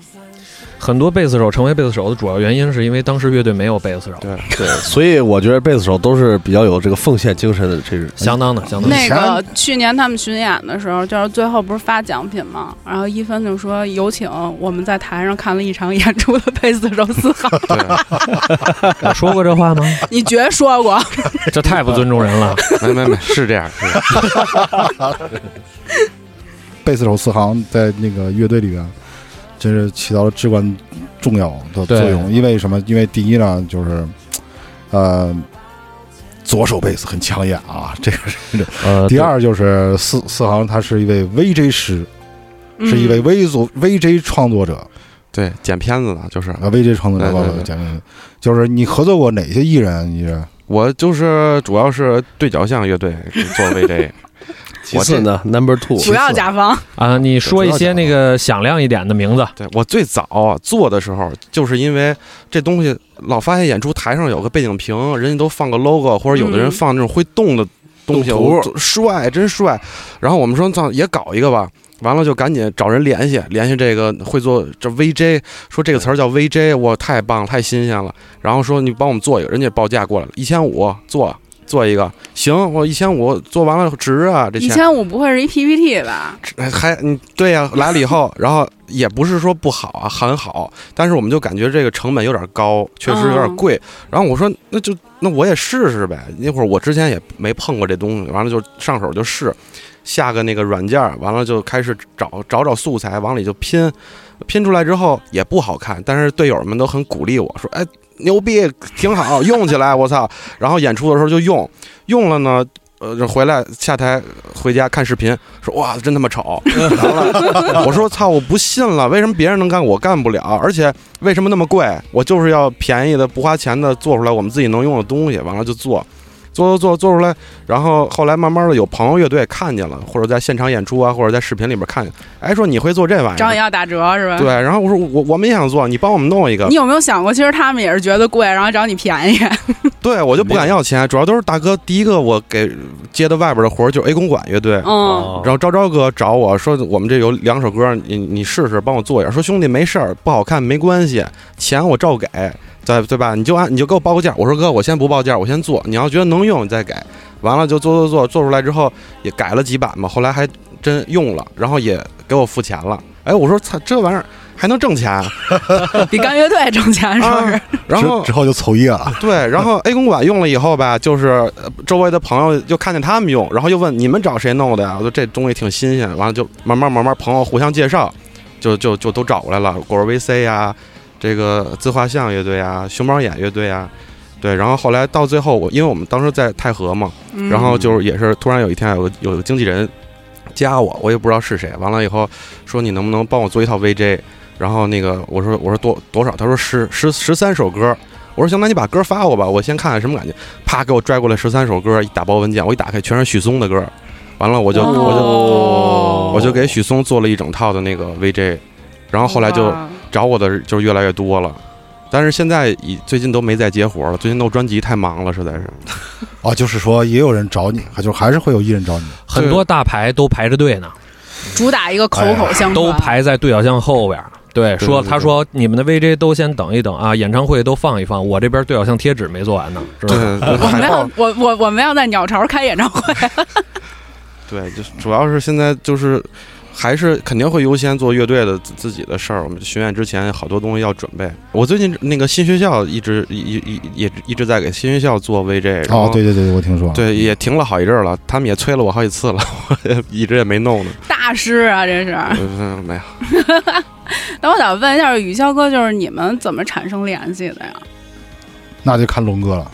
很多贝斯手成为贝斯手的主要原因，是因为当时乐队没有贝斯手，
对，
对，所以我觉得贝斯手都是比较有这个奉献精神的，这是
相当的，相当的。
那个
以
去年他们巡演的时候，就是最后不是发奖品嘛，然后一芬就说有请我们在台上看了一场演出的贝斯手四号，
对，
我说过这话吗？
你绝说 过，
这太不尊重 人了。
没没没，是这样，是这样。
贝斯手四行在那个乐队里边，真是起到了至关重要的作用。因为什么？因为第一呢，就是呃，左手贝斯很抢眼啊，这个是。
啊
呃，
第二就是四四行，他是一位 VJ 师，
嗯
是一位 V 组 VJ 创作者
对，剪片子的，就是
啊，VJ 创作者，
对对对
讲讲，就是你合作过哪些艺人？你是
我就是主要是对角巷乐队做 VJ，
其次呢，Number Two，
嗯不要甲方，
啊，你说一些那个响亮一点的名字。
对我最早做的时候，就是因为这东西老发现演出台上有个背景屏，人家都放个 logo，或者有的人
嗯
放那种会动的东西，
动图
我就帅，真帅。然后我们说，操，也搞一个吧。完了就赶紧找人联系，联系这个会做这 VJ，说这个词儿叫 VJ，我太棒了，太新鲜了。然后说你帮我们做一个，人家报价过来了，一千五做做一个，行，我一千五做完了值啊，这
一
钱。
千五不会是一 PPT 吧？
哎还嗯，对呀、来了以后，然后也不是说不好啊，很好，但是我们就感觉这个成本有点高，确实有点贵。然后我说那就那我也试试呗。那会儿我之前也没碰过这东西，完了就上手就试，下个那个软件儿，完了就开始找找找素材，往里就拼，拼出来之后也不好看，但是队友们都很鼓励我说，哎，牛逼，挺好，用起来，我操。然后演出的时候就用，用了呢。呃，就回来下台回家看视频，说哇，真他妈丑！完了我说操，我不信了，为什么别人能干我干不了？而且为什么那么贵？我就是要便宜的、不花钱的做出来我们自己能用的东西，完了就做。做做做做出来，然后后来慢慢的有朋友乐队看见了，或者在现场演出啊，或者在视频里边看见，哎，说你会做这玩意
找你
儿，
要打折是吧？
对，。然后我说我我们也想做，你帮我们弄一个
你，有没有想过，其实他们也是觉得贵，然后找你便宜？
哎对我就不敢要钱，主要都是大哥，第一个我给接的外边的活儿就是 A 公馆乐队，
哦
嗯，
哦
然后昭昭哥找我说，我们这有两首歌，你你试试，帮我做一下。说兄弟没事儿，不好看没关系，钱我照给，对对吧？你就按你就给我报个价。我说哥，我先不报价，我先做。你要觉得能用，你再给。完了就做做做，做出来之后也改了几版嘛，后来还真用了，然后也给我付钱了。哎，我说操，这玩意儿还能挣钱啊？
比干乐队挣钱是不是？
然后
之之后就凑业了，
对，然后 A 公馆用了以后吧，就是呃周围的朋友就看见他们用，然后又问你们找谁弄的呀？我说这东西挺新鲜，完了就慢慢慢慢朋友互相介绍，就就就都找过来了，果儿 VC 呀，这个自画像乐队啊，熊猫眼乐队啊，对，然后后来到最后我，因为我们当时在太和嘛，
嗯
然后就是也是突然有一天有个有个经纪人加我，我也不知道是谁。完了以后说你能不能帮我做一套 VJ？然后那个我说我说多多少？他说十十十三首歌。我说行，那你把歌发我吧，我先看看什么感觉。啪，给我拽过来十三首歌，一打包文件，我一打开全是许嵩的歌。完了我就、我就
哦
我就给许嵩做了一整套的那个 VJ，然后后来就
哇
找我的就越来越多了。但是现在已最近都没再接活了，最近弄专辑太忙了，实在是。
啊，就是说也有人找你，还就还是会有艺人找你。
很多大牌都排着队呢，
主打一个口口相传，
都排在对角巷后边儿。对，
对
说
对
他
对
说你们的 VJ 都先等一等啊，演唱会都放一放，我这边对角巷贴纸没做完呢，是吧？
对，
我们
海报
要我我我们要在鸟巢开演唱会，
对，就是主要是现在就是还是肯定会优先做乐队的自自己的事儿。我们巡演之前好多东西要准备。我最近那个新学校一直一一一也一直在给新学校做 VJ，然
哦
后，
对对对，我听说。
对也停了好一阵儿了，他们也催了我好几次了，我也一直也没弄呢。
大师啊，这是。
嗯，没有。
那我想问一下雨潇哥，就是你们怎么产生联系的呀？
那就看龙哥了。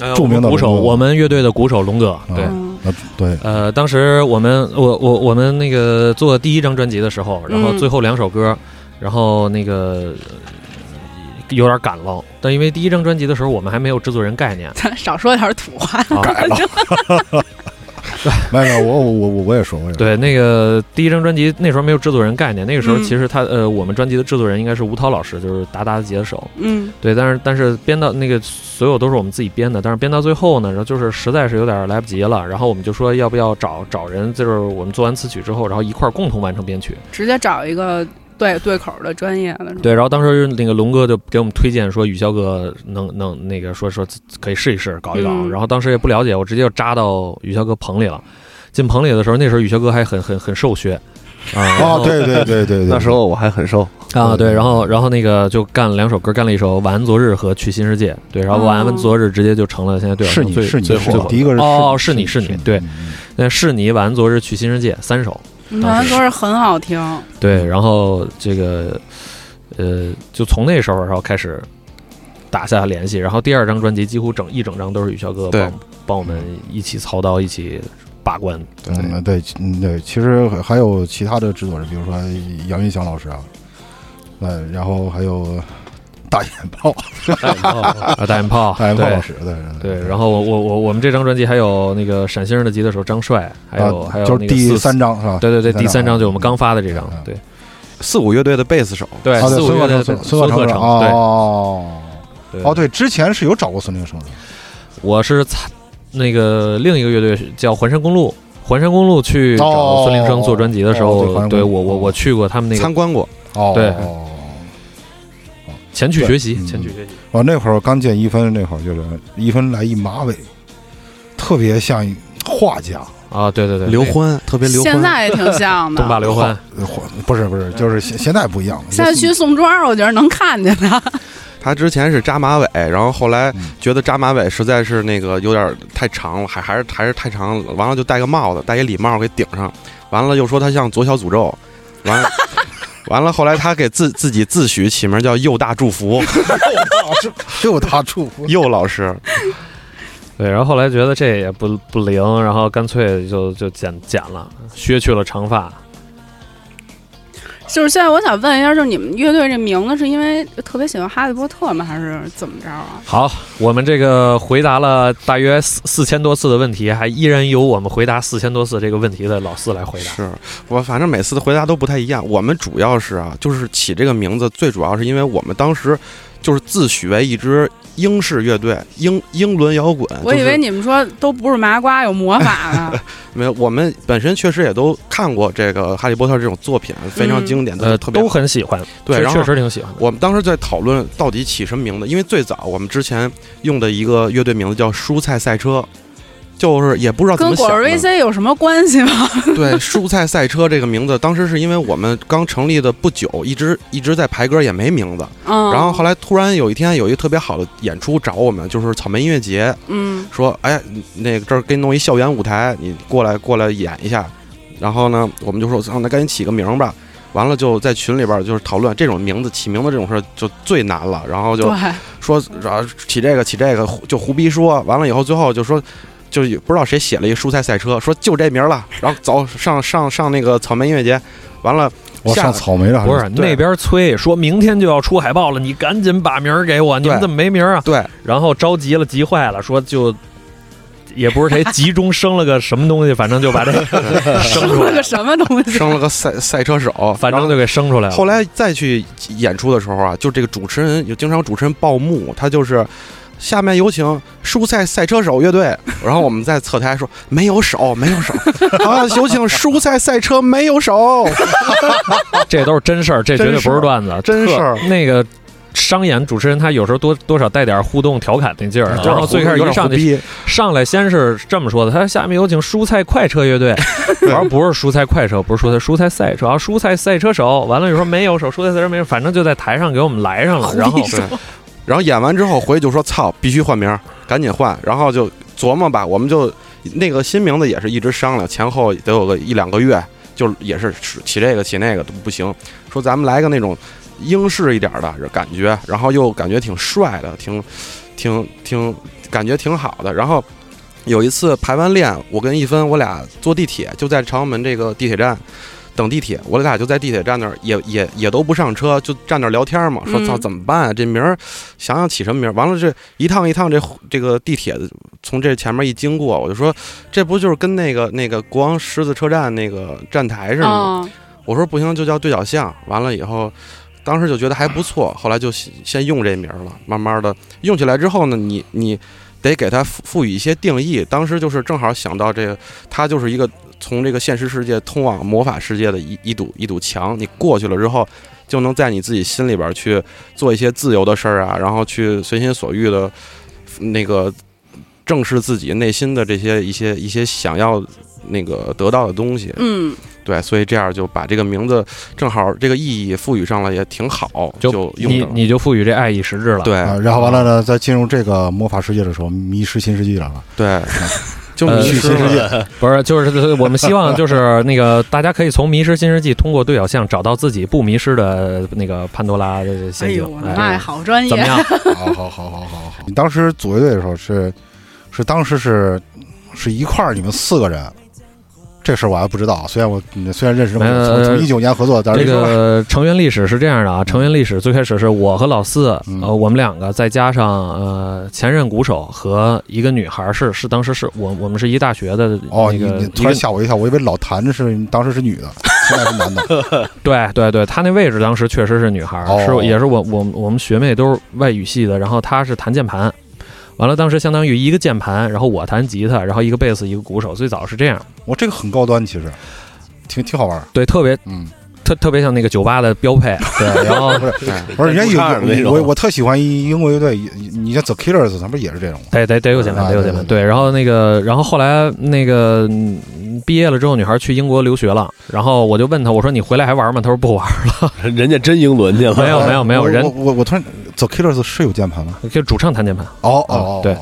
呃
著名的
鼓手，
龙哥
我们乐队的鼓手龙哥，对。
嗯
啊，对，
呃，当时我们我我我们那个做第一张专辑的时候，然后最后两首歌，然后那个呃有点赶了，但因为第一张专辑的时候我们还没有制作人 概念，
咱少说点土话，
啊、
没有没有，我我我我也说，我也说。
对那个第一张专辑那时候没有制作人概念，那个时候
嗯
其实他、呃我们专辑的制作人应该是吴涛老师，就是达达的吉他手，
嗯，
对，但是但是编到那个所有都是我们自己编的，但是编到最后呢，然后就是实在是有点来不及了，然后我们就说要不要找找人，就是我们做完词曲之后，然后一块儿共同完成编曲。
直接找一个对对口的专业的，是吧，
对，然后当时那个龙哥就给我们推荐说雨潇哥能能那个说说可以试一试搞一搞，
嗯
然后当时也不了解，我直接就扎到雨潇哥棚里了。进棚里的时候，那时候雨潇哥还很很很瘦削啊，然
哦
后，
对对对对对，
那时候我还很瘦，
啊对，然后然后那个就干了两首歌，干了一首《晚安昨日》和《去新世界》，对，然后《晚
哦
安昨日》直接就成了现在对我
是你
最
是你
最
是
火
你
的
第一个人
哦
是
是你是你对，
嗯嗯
那是你《晚安昨日》《去新世界》三首，
反正都是很好听。
对，
嗯
然后这个呃，就从那时候然后开始打下联系，然后第二张专辑几乎整一整张都是雨潇哥
对
帮帮我们
嗯
一起操刀，一起 把关。
对嗯对嗯对，其实还有其他的制作人，比如说杨云翔老师啊，呃，然后还有大眼炮
大眼炮啊，大眼炮，
大眼炮
对
老师，对
对。然后我我我我们这张专辑还有那个陕西人的吉他手张帅，还有、
啊
还有
就是
那个
第
四
三，张是吧？
对对对，第三张就我们刚发的这
对
张
嗯，
对
四五乐队的贝斯手，
对，
啊，对
四五
孙
乐队
鹤
的
成，孙鹤
鹤
成
成，
哦
对
哦，对，之前是有找过孙鹤成的，
我是参那个另一个乐队是叫环山公路，环山公路去找孙林生做专辑的时
哦哦
候，
哦对环山公路
对我我我去过他们那个
参观过。
哦，
对
哦
前去学习
对，嗯
前去学习。
我那会儿刚见一分，那会儿就是一分来一马尾，特别像一画家，
啊，对对对，
刘欢特别刘欢，
现在也 挺像
东坝
的，
刘欢，
呃画不是不是，就是现现在不一样 了。
现在
嗯
去宋庄，我觉得能看见他。
他之前是扎马尾，然后后来
嗯
觉得扎马尾实在是那个有点太长了，还还是还是太长了，完了就戴个帽子，戴一礼帽给顶上，完了又说他像左小诅咒，完了。 完了，后来他给自自己自诩起名叫“佑大祝福
又他触”，碰，
佑老师，
对，然后后来觉得这也不不灵，然后干脆就就剪剪了，削去了长发。
就是现在，我想问一下，就是你们乐队这名字是因为特别喜欢哈利波特吗？还是怎么着啊？
好，我们这个回答了大约四四千多次的问题，还依然由我们回答四千多次这个问题的老四来回答。
是我反正每次的回答都不太一样。我们主要是啊，就是起这个名字，最主要是因为我们当时就是自诩为一支英式乐队，英英伦摇滚。
我以
啊就是
为你们说都不是麻瓜，有魔法啊 呢。
没有，我们本身确实也都看过这个《哈利波特》这种作品，非常经典，
呃，
特别
都很喜欢，
对。
确
然后
确实挺喜欢的。
我们当时在讨论到底起什么名字，因为最早我们之前用的一个乐队名字叫“蔬菜赛车”，就是也不知道怎
跟
么
果
想
儿
的。
VC 有什么关系吗？
对，“蔬菜赛车”这个名字，当时是因为我们刚成立的不久，一直一直在排歌，也没名字。
嗯，
然后后来突然有一天有一个特别好的演出找我们，就是草莓音乐节，
嗯，
说，哎，那个这儿给你弄一校园舞台，你过来过来演一下。然后呢，我们就说，操，那赶紧起个名儿吧。完了就在群里边儿就是讨论这种名字起名字这种事儿就最难了，然后就
对，
说啊起这个起这个胡就胡逼说，完了以后最后就说就也不知道谁写了一蔬菜赛车，说就这名儿了，然后走上上上那个草莓音乐节，完了
我
下
上草莓了，还
不是
啊对
那边催说明天就要出海报了，你赶紧把名儿给我，你们
对
怎么没名儿啊？
对
然后着急了，急坏了，说就也不是谁集中生了个什么东西，反正就把这 个生
生
出
了
来
个，什么东西？
生了个赛赛车手，
反
然后
正就给生出来了。
后来再去演出的时候啊，就这个主持人有经常有主持人报幕，他就是下面有请蔬菜赛车手乐 队，然后我们在侧台说没有 手，没有手啊，有请蔬菜赛车没有手，
这都是真事儿，这绝对不是段子，
真事儿
特 那个商演主持人他有时候多多少带点互动调侃那劲儿，然后最开始一上去
去，
上来先是这么说的，他说下面有请蔬菜快车 乐队，我说不是蔬菜快车，不是蔬菜蔬菜赛车，啊，蔬菜赛车手，完了就说没有手，蔬菜赛车没有，反正就在台上给我们来上了，然后
对，然后演完之后回去就说操，必须换名儿，赶紧换，然后就琢磨吧，我们就那个新名字也是一直商量，前后得有个一两个月，就也是起这个起那个都不行，说咱们来个那种英式一点儿的感觉，然后又感觉挺帅的，挺挺挺感觉挺好的，然后。有一次排完练，我跟一芬我俩坐地铁，就在朝阳门这个地铁站等地铁，我俩就在地铁站那儿也也也都不上车，就站那儿聊天嘛，说
嗯
操怎么办、啊？这名儿想想起什么名儿？完了这一趟一趟这这个地铁从这前面一经过，我就说这不就是跟那个那个国王狮子车站那个站台似的吗？
嗯，
我说不行，就叫对角巷。完了以后，当时就觉得还不错，后来就先先用这名儿了。慢慢的用起来之后呢，你你得给它赋赋予一些定义。当时就是正好想到这个，它就是一个从这个现实世界通往魔法世界的一一堵一堵墙，你过去了之后。就能在你自己心里边儿去做一些自由的事儿啊，然后去随心所欲的，那个正视自己内心的这些一些一些想要那个得到的东西。
嗯，
对，所以这样就把这个名字正好这个意义赋予上了，也挺好，就用
你
着了。
你就赋予这爱意实质了。
对
啊，然后完了呢，在进入这个魔法世界的时候，迷失新世纪 了，
对，就
呃
迷
去
失
新世
了。
界，
不是，就是我们希望就是那个大家可以从《迷失新世纪》通过对角巷找到自己不迷失的那个潘多拉的
哎
陷阱
呦，我。的妈呀，
哎，
好专
怎么
业！
样？
好好好好好好。你当时组乐队的时候是是当时是是一块儿你们四个人，这事儿我还不知道。虽然我嗯虽然认识这么久，从
呃
从一九年合作，但是
这个成员历史是这样的啊，成员历史最开始是我和老四，
嗯
呃，我们两个再加上呃前任鼓手和一个女孩儿，是是当时是我我们是一大学的
哦，
那
你
个
你
一
突然
个
吓我一跳，我以为老谭是当时是女的，现在是男 的。
对对对，她那位置当时确实是女孩儿，
哦
是也是我我我们学妹都是外语系的，然后她是弹键盘，完了当时相当于一个键盘，然后我弹吉他，然后一个贝斯一个鼓手，最早是这样，
我这个很高端，其实挺挺好玩儿。
对，特别
嗯，
特特别像那个酒吧的标配，对，然后
不是，人
不差
家
点那
有
种
我我特喜欢一英国乐队，你像 The Killers，他们不是也是这种吗？
得得得有键盘，
啊
得有键盘。对，然后那个，然后后来那个嗯毕业了之后，女孩去英国留学了。然后我就问她，我说你回来还玩吗？她说不玩，
人家真英伦去了，
没 哦有没有没有
我
人
我我我突然，The Killers 是有键盘吗？
就主唱弹键盘。
哦
啊
哦，哦
对，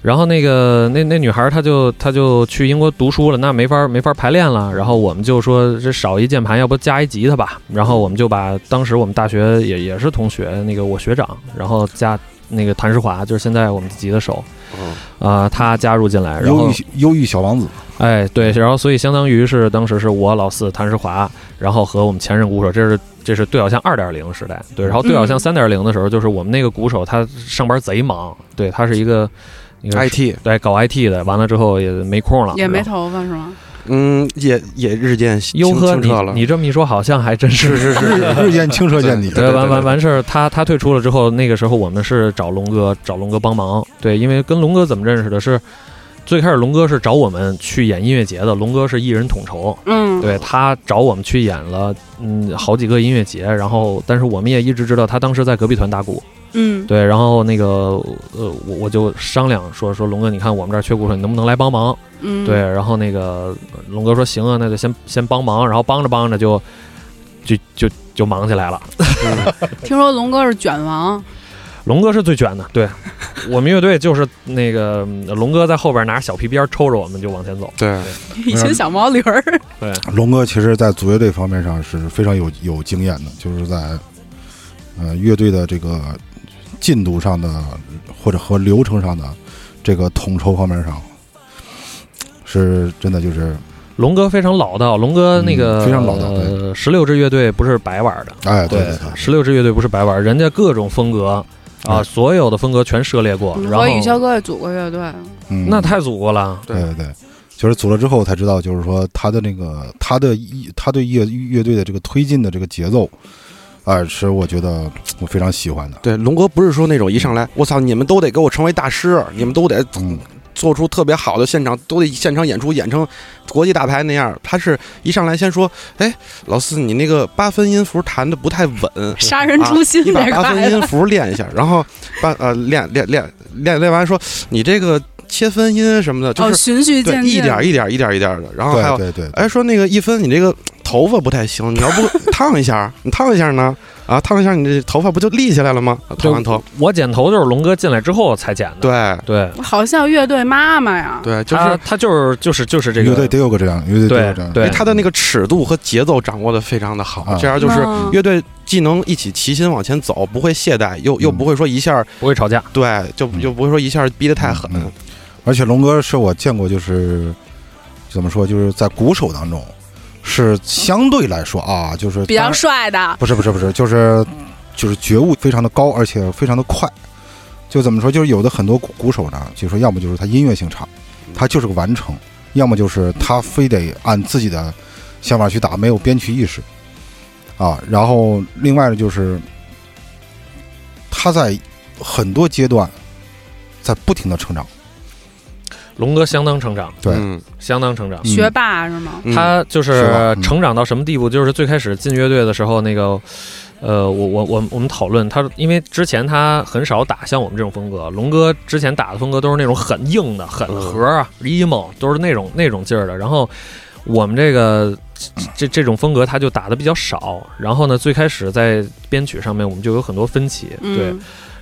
然后那个那那女孩她就她就去英国读书了，那没法没法排练了。然后我们就说这少一键盘，要不加一吉他吧。然后我们就把当时我们大学也也是同学，那个我学长，然后加那个谭世华，就是现在我们的吉他手
嗯，
啊、他加入进来，然后
忧郁忧郁小王子，
哎，对，然后所以相当于是当时是我老四谭世华，然后和我们前任鼓手，这是这是对角巷二点零时代，对，然后对角巷
嗯
三点零的时候，就是我们那个鼓手他上班贼忙，对他是一个一个
IT，
对搞 IT 的，完了之后也没空了，
也没
然后
头发是吗？
嗯，也也日渐清
哟呵，
清澈了
你。你这么一说，好像还真是
是是是，
日日渐清澈见底。
对对对
完
对
完
对
完事儿，他他退出了之后，那个时候我们是找龙哥找龙哥帮忙，对，因为跟龙哥怎么认识的是，最开始龙哥是找我们去演音乐节的，龙哥是艺人统筹，
嗯，
对他找我们去演了，嗯，好几个音乐节，然后但是我们也一直知道他当时在隔壁团打鼓，
嗯，
对，然后那个呃，我我就商量说说龙哥，你看我们这儿缺鼓手，你能不能来帮忙？
嗯，
对，，然后那个龙哥说行啊，那就先先帮忙，然后帮着帮着就就就就忙起来了。
听说龙哥是卷王，
龙哥是最卷的，对 我们乐队就是那个嗯龙哥在后边拿小皮鞭抽着我们就往前走，
对，
一群小毛驴儿，
龙哥其实，在组乐队方面上是非常有有经验的，就是在呃乐队的这个进度上的或者和流程上的这个统筹方面上，是真的就是
龙哥非常老道，龙哥那个、
嗯非常老道对
呃，十六支乐队不是白玩的。
哎，对
对
对，
十六支乐队不是白玩，人家各种风格，啊，所有的风格全涉猎过
我。们
然后
嗯和雨潇哥也组过乐队，
嗯，
那太祖国了，
对对对，就是组了之后才知道，就是说他的那个他的一他对乐乐队的这个推进的这个节奏，啊、是我觉得我非常喜欢的。
对，龙哥不是说那种一上来，我操，你们都得给我成为大师，你们都得
嗯，
做出特别好的现场，都得现场演出演成国际大牌那样。他是一上来先说，哎，老四，你那个八分音符弹的不太稳，啊
杀人诛心
你把
那
八
块
分
的
音符练一下，然后把呃练练练练练完说你这个切分音什么的，就
哦，
是、
循序渐
对
进，
一点儿一点儿一点儿一点儿的，然后还有
对对对，
哎说那个一分你这个头发不太行，你要不烫一下，你烫一下呢啊烫一下你这头发不就立起来了吗？烫完头，
我剪头就是龙哥进来之后才剪的。
对
对，
好像乐队妈妈呀，
对，就是
他他就是就是就是这
乐队
个，
得有个这样，乐队得有这样，
啊对
因为他的那个尺度和节奏掌握的非常的好，
啊
这样就是
嗯
乐队既能一起齐心往前走，不会懈怠，又又
嗯
不会说一下
不会吵架。
对就
嗯
又不会说一下逼得太狠，
嗯而且龙哥是我见过，就是怎么说，就是在鼓手当中是相对来说啊，就是
比较
当
帅的，
不是不是不是，就是就是觉悟非常的高，而且非常的快。就怎么说，就是有的很多鼓鼓手呢，就说要么就是他音乐性差，他就是个完成；要么就是他非得按自己的想法去打，没有编曲意识啊。然后另外呢，就是他在很多阶段在不停的成长。
龙哥相当成长，
对，
嗯
相当成长。
嗯
学霸是吗？
嗯
他就是
吧
是
嗯
成长到什么地步？就是最开始进乐队的时候，那个，呃，我我我我们讨论他，因为之前他很少打像我们这种风格。龙哥之前打的风格都是那种很硬的、很
嗯
核啊、emo，都是那种那种劲儿的。然后我们这个这这种风格他就打的比较少。然后呢，最开始在编曲上面我们就有很多分歧，对。
嗯，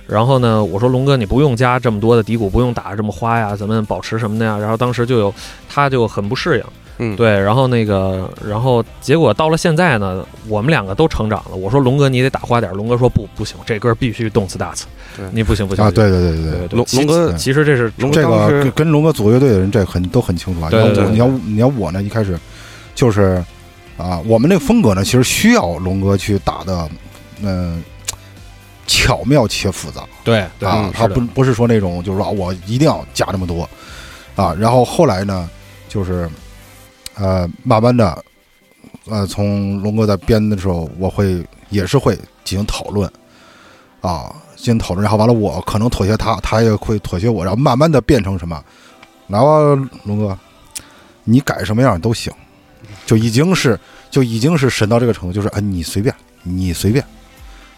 然后呢，我说龙哥，你不用加这么多的底鼓，不用打这么花呀，咱们保持什么的呀？然后当时就有他就很不适应，
嗯
对，然后那个，然后结果到了现在呢，我们两个都成长了。我说龙哥，你得打花点儿，龙哥说不不行，这歌必须动次打次
对，
你不行不行
啊，，对对对对对。
对对对
龙
其
龙哥
其实嗯这是
龙哥
这
当
个
时
跟跟龙哥组乐队的人，这很都很清楚啊。
对对对
你要我你要你要我呢，一开始就是啊，我们那个风格呢，其实需要龙哥去打的，嗯、巧妙且复杂
对对
啊，他
是的
不不是说那种就是说啊，我一定要加这么多啊。然后后来呢，就是呃，慢慢的，呃，从龙哥在编的时候，我会也是会进行讨论啊，进行讨论，然后完了我可能妥协他，他也会妥协我，然后慢慢的变成什么？来吧，龙哥，你改什么样都行，就已经是就已经是神到这个程度，就是哎，你随便，你随便，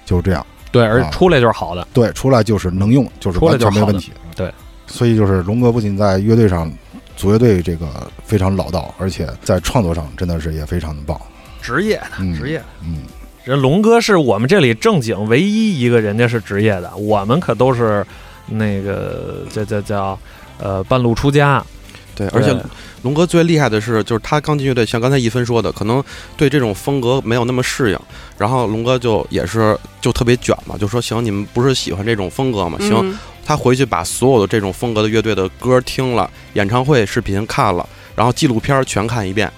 就是这样。
对，而
啊
出来就是好的，
对，出来就是能用，就是
出来
完
就是
全没
好的
问题。
对，
所以就是龙哥不仅在乐队上组乐队这个非常老道，而且在创作上真的是也非常的棒。
职业
嗯，
职，业。
嗯，
人龙哥是我们这里正经唯一一个人家是职业的，我们可都是那个叫叫叫呃半路出家，
对，而且
对
龙哥最厉害的是，就是他刚进乐队，像刚才一分说的，可能对这种风格没有那么适应，然后龙哥就也是就特别卷嘛，就说行，你们不是喜欢这种风格吗？行，
嗯，
他回去把所有的这种风格的乐队的歌听了，演唱会视频看了，然后纪录片全看一遍，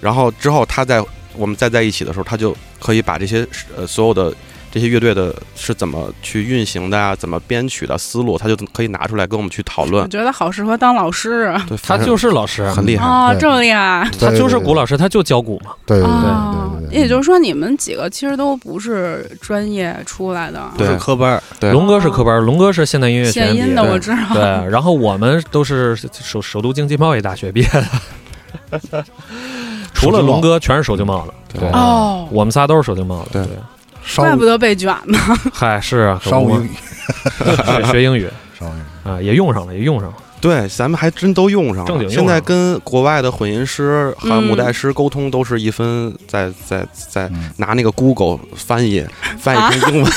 然后之后他在我们再在一起的时候，他就可以把这些呃所有的这些乐队的是怎么去运行的啊，怎么编曲的思路，他就可以拿出来跟我们去讨
我
论。
觉得好适合当老师啊，
他
对，反正
就是老师，
很厉害。
哦，
对
这么厉害。
他就是
古
古，老师，他就教鼓嘛。
对对
啊
对对对，对
也就是说，你们几个其实都不是专业出来的，
对
是科班儿，
对
龙哥是科班，龙哥是现代音乐学
献
院毕
音
业
的
对
我知道。
对，然后我们都是首首都经济贸易大学毕业的，除了龙哥全是首经贸的，
对
对
哦，
我们仨都是首经贸的。
对
对，
商
怪不
务
得被卷 呢。
嗨，是啊，可
商务
不嘛
英语，
学学英语
商务英语
啊，也用上了，也用上了。
对，咱们还真都用上了。
正经用
现
上了
在跟国外的混音师还有
嗯
母带师沟通，都是一分在在在
嗯
拿那个 Google 翻译翻译成英文。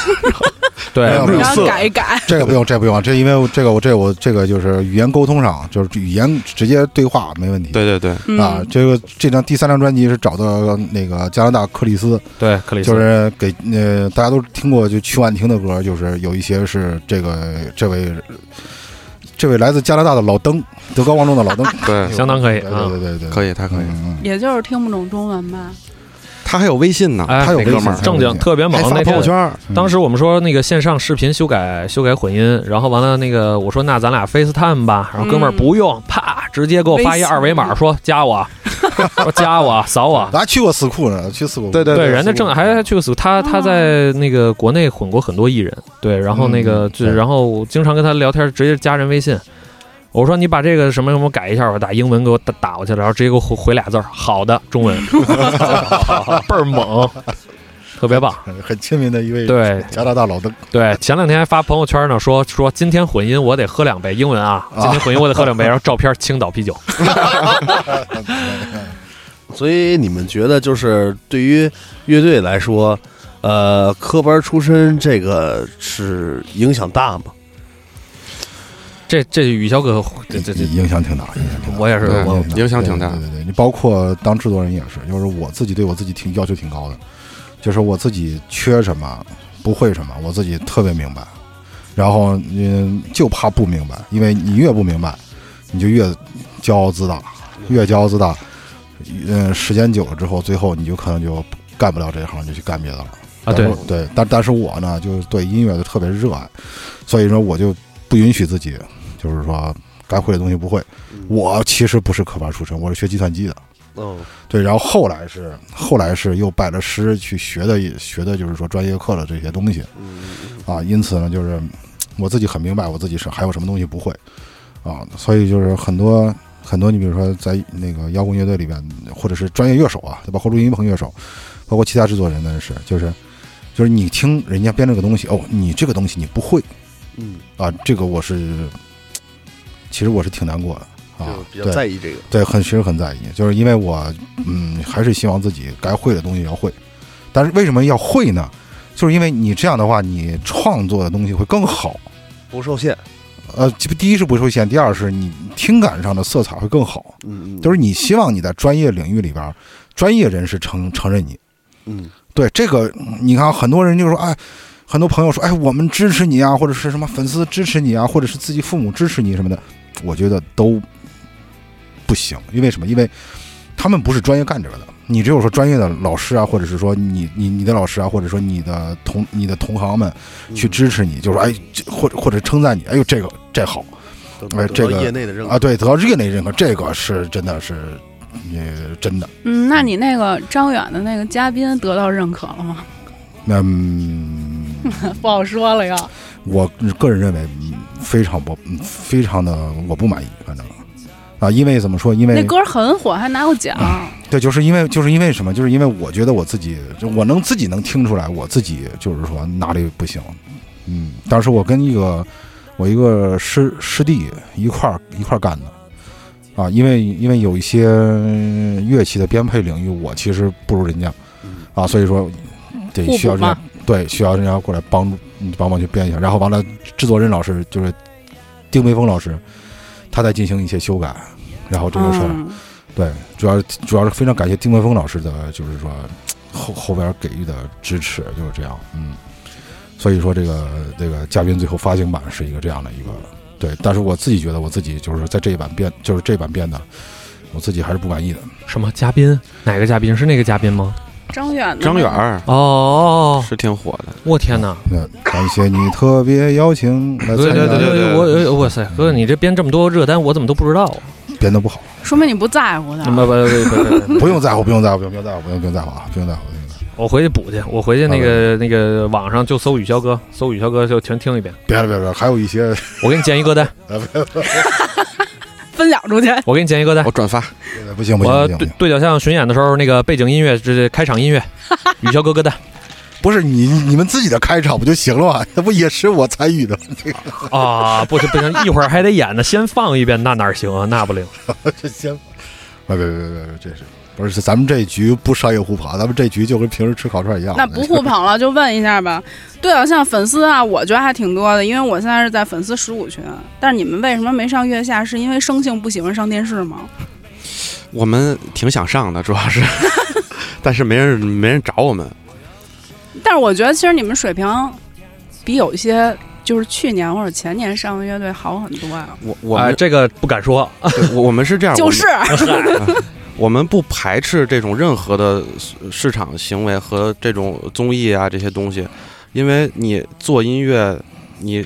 对
没有没有
然后
色
改一改，
这个不用，这个不用，这因为我这个我这个我这个就是语言沟通上，就是语言直接对话没问题。
对对对，
嗯
啊，这个这张第三张专辑是找到那个加拿大克里斯，
对，克里斯
就是给呃，大家都听过就曲婉婷的歌，就是有一些是这个这位这位来自加拿大的老登，德高望 重的老登，
对
啊相当可以
对
啊
对对对，
可
以，
以，他可以。
嗯嗯，
也就是听不懂中文吧。
啊他还有微信呢，
哎，
他有
那
微
哥
信
们儿
正经特别忙
还
哦那
发朋
天
友圈儿，
当时我们说那个线上视频修改修改混音，然后完了那个我说那咱俩 FaceTime 吧，然后哥们儿
嗯
不用，啪直接给我发一
微信嗯
二维码说加我，说加我 扫我。
咱还去过死库呢，去死库。
对对
对，人家正还还去过死，他他
哦
在那个国内混过很多艺人，对，然后那个
嗯
就
对
然后我经常跟他聊天，直接加人微信。我说你把这个什么什么改一下吧，打英文给我打打过去了，然后直接给我回回俩字儿，好的，中文， 倍儿猛，特别棒。
很亲民的一位
对
加拿大老登，
对，前两天还发朋友圈呢，说说今天混音我得喝两杯英文啊，今天混音我得喝两杯，然后照片青岛啤酒。
所以你们觉得，就是对于乐队来说，呃，科班出身这个是影响大吗？
这这雨潇哥，这这这，
影响挺大，影响挺大。
我也是
对
我
影响挺大
对。对对，你包括当制作人也是，就是我自己对我自己挺要求挺高的，就是我自己缺什么，不会什么，我自己特别明白。然后嗯，就怕不明白，因为你越不明白，你就越骄傲自大，越骄傲自大，嗯，时间久了之后，最后你就可能就干不了这一行，就去干别的了。
啊，对
但是对，但但是我呢，就是对音乐就特别热爱，所以说我就不允许自己，就是说该会的东西不会。
嗯
我其实不是科班出身，我是学计算机的。
哦，
对，然后后来是后来是又拜了师去学的学的，就是说专业课的这些东西
嗯
啊。因此呢，就是嗯我自己很明白我自己是还有什么东西不会啊，所以就是很多很多，你比如说在那个摇滚乐队里边，或者是专业乐手啊，包括录音棚乐手，包括其他制作人呢也是，就是就是你听人家编这个东西，哦，你这个东西你不会
嗯，
啊，这个我是其实我是挺难过的啊
嗯就，比较
对
在意这个。
对，很其实很在意，就是因为我，嗯，还是希望自己该会的东西要会。但是为什么要会呢？就是因为你这样的话，你创作的东西会更好。
不受限，
呃，第一是不受限，第二是你听感上的色彩会更好。
嗯
就是是你希望你在专业领域里边儿，专业人士承承认你。
嗯，
对这个，嗯你看很多人就说，哎，很多朋友说，哎，我们支持你啊，或者是什么粉丝支持你啊，或者是自己父母支持你什么的，我觉得都不行，因为什么？因为他们不是专业干这个的。你只有说专业的老师啊，或者是说你你你的老师啊，或者说你的同你的同行们
嗯
去支持你，就说哎，这或者或者称赞你，哎呦这个这好，
得
哎
到
这个
业内的认可
啊，，对，得到业内认可，这个是真的是，呃，真的，
嗯，那你那个张远的那个嘉宾得到认可了吗？
嗯，
不好说了呀。
我个人认为嗯非常不，嗯非常的我不满意，反正啊，因为怎么说？因
那
为
歌很火，还拿过奖。
对，就是因为就是因为什么？就是因为我觉得我自己，就我能自己能听出来，我自己就是说哪里不行。嗯，当时我跟一个我一个师师弟一块儿一块儿干的啊，因为因为有一些乐器的编配领域，我其实不如人家
嗯
啊，所以说得
互补
需要人家
嘛
对需要人家过来帮助嗯帮忙去编一下，然后完了，制作人老师就是丁梅峰老师，他在进行一些修改，然后这个事儿。
嗯，
对，主要主要是非常感谢丁文峰老师的，就是说后后边给予的支持，就是这样，嗯。所以说这个这个嘉宾最后发行版是一个这样的一个对，但是我自己觉得我自己就是在这一版编，就是这版编的，我自己还是不满意的。
什么嘉宾？哪个嘉宾？是那个嘉宾吗？
张远的
张
那
远
个
儿
哦哦，哦
是挺火的，
我天哪！
那感谢你特别邀请来参
对
加，
对对
对
对，
对
我呃我哇塞，哥，你这编这么多热单，我怎么都不知道？
编的不好，
说明你不在乎他
不。不 不不不，
不用在乎，不用在乎，不用在乎，不用不用在乎啊，不用在乎，不用在乎，
我回去补去，我回去那个那个网上就搜雨潇哥，搜雨潇哥就全听一遍。
别了别了别了，还有一些
我给你建一歌单，
分了出去。
我给你建一歌单。
我转发
不行不行不
我
行不
对
行，
对角巷巡演的时候，那个背景音乐是开场音 乐，雨潇哥歌单。
不是你你们自己的开场不就行了吗？那不也是我参与的吗？
啊，不行不行，一会儿还得演呢，先放一遍，那哪行啊？那不灵。
这行，别别别别别，这是不是咱们这局不商业互捧，咱们这局就跟平时吃烤串一样。
那不互捧了，就问一下吧。对啊，像粉丝啊，我觉得还挺多的，因为我现在是在粉丝十五群。但是你们为什么没上月下？是因为生性不喜欢上电视吗？
我们挺想上的，主要是，但是没人没人找我们，
但是我觉得其实你们水平比有一些就是去年或者前年上的乐队好很多啊。
我我
哎
们
这个不敢说，
对我我们是这样，
就是
我们我们不排斥这种任何的市市场行为和这种综艺啊这些东西，因为你做音乐，你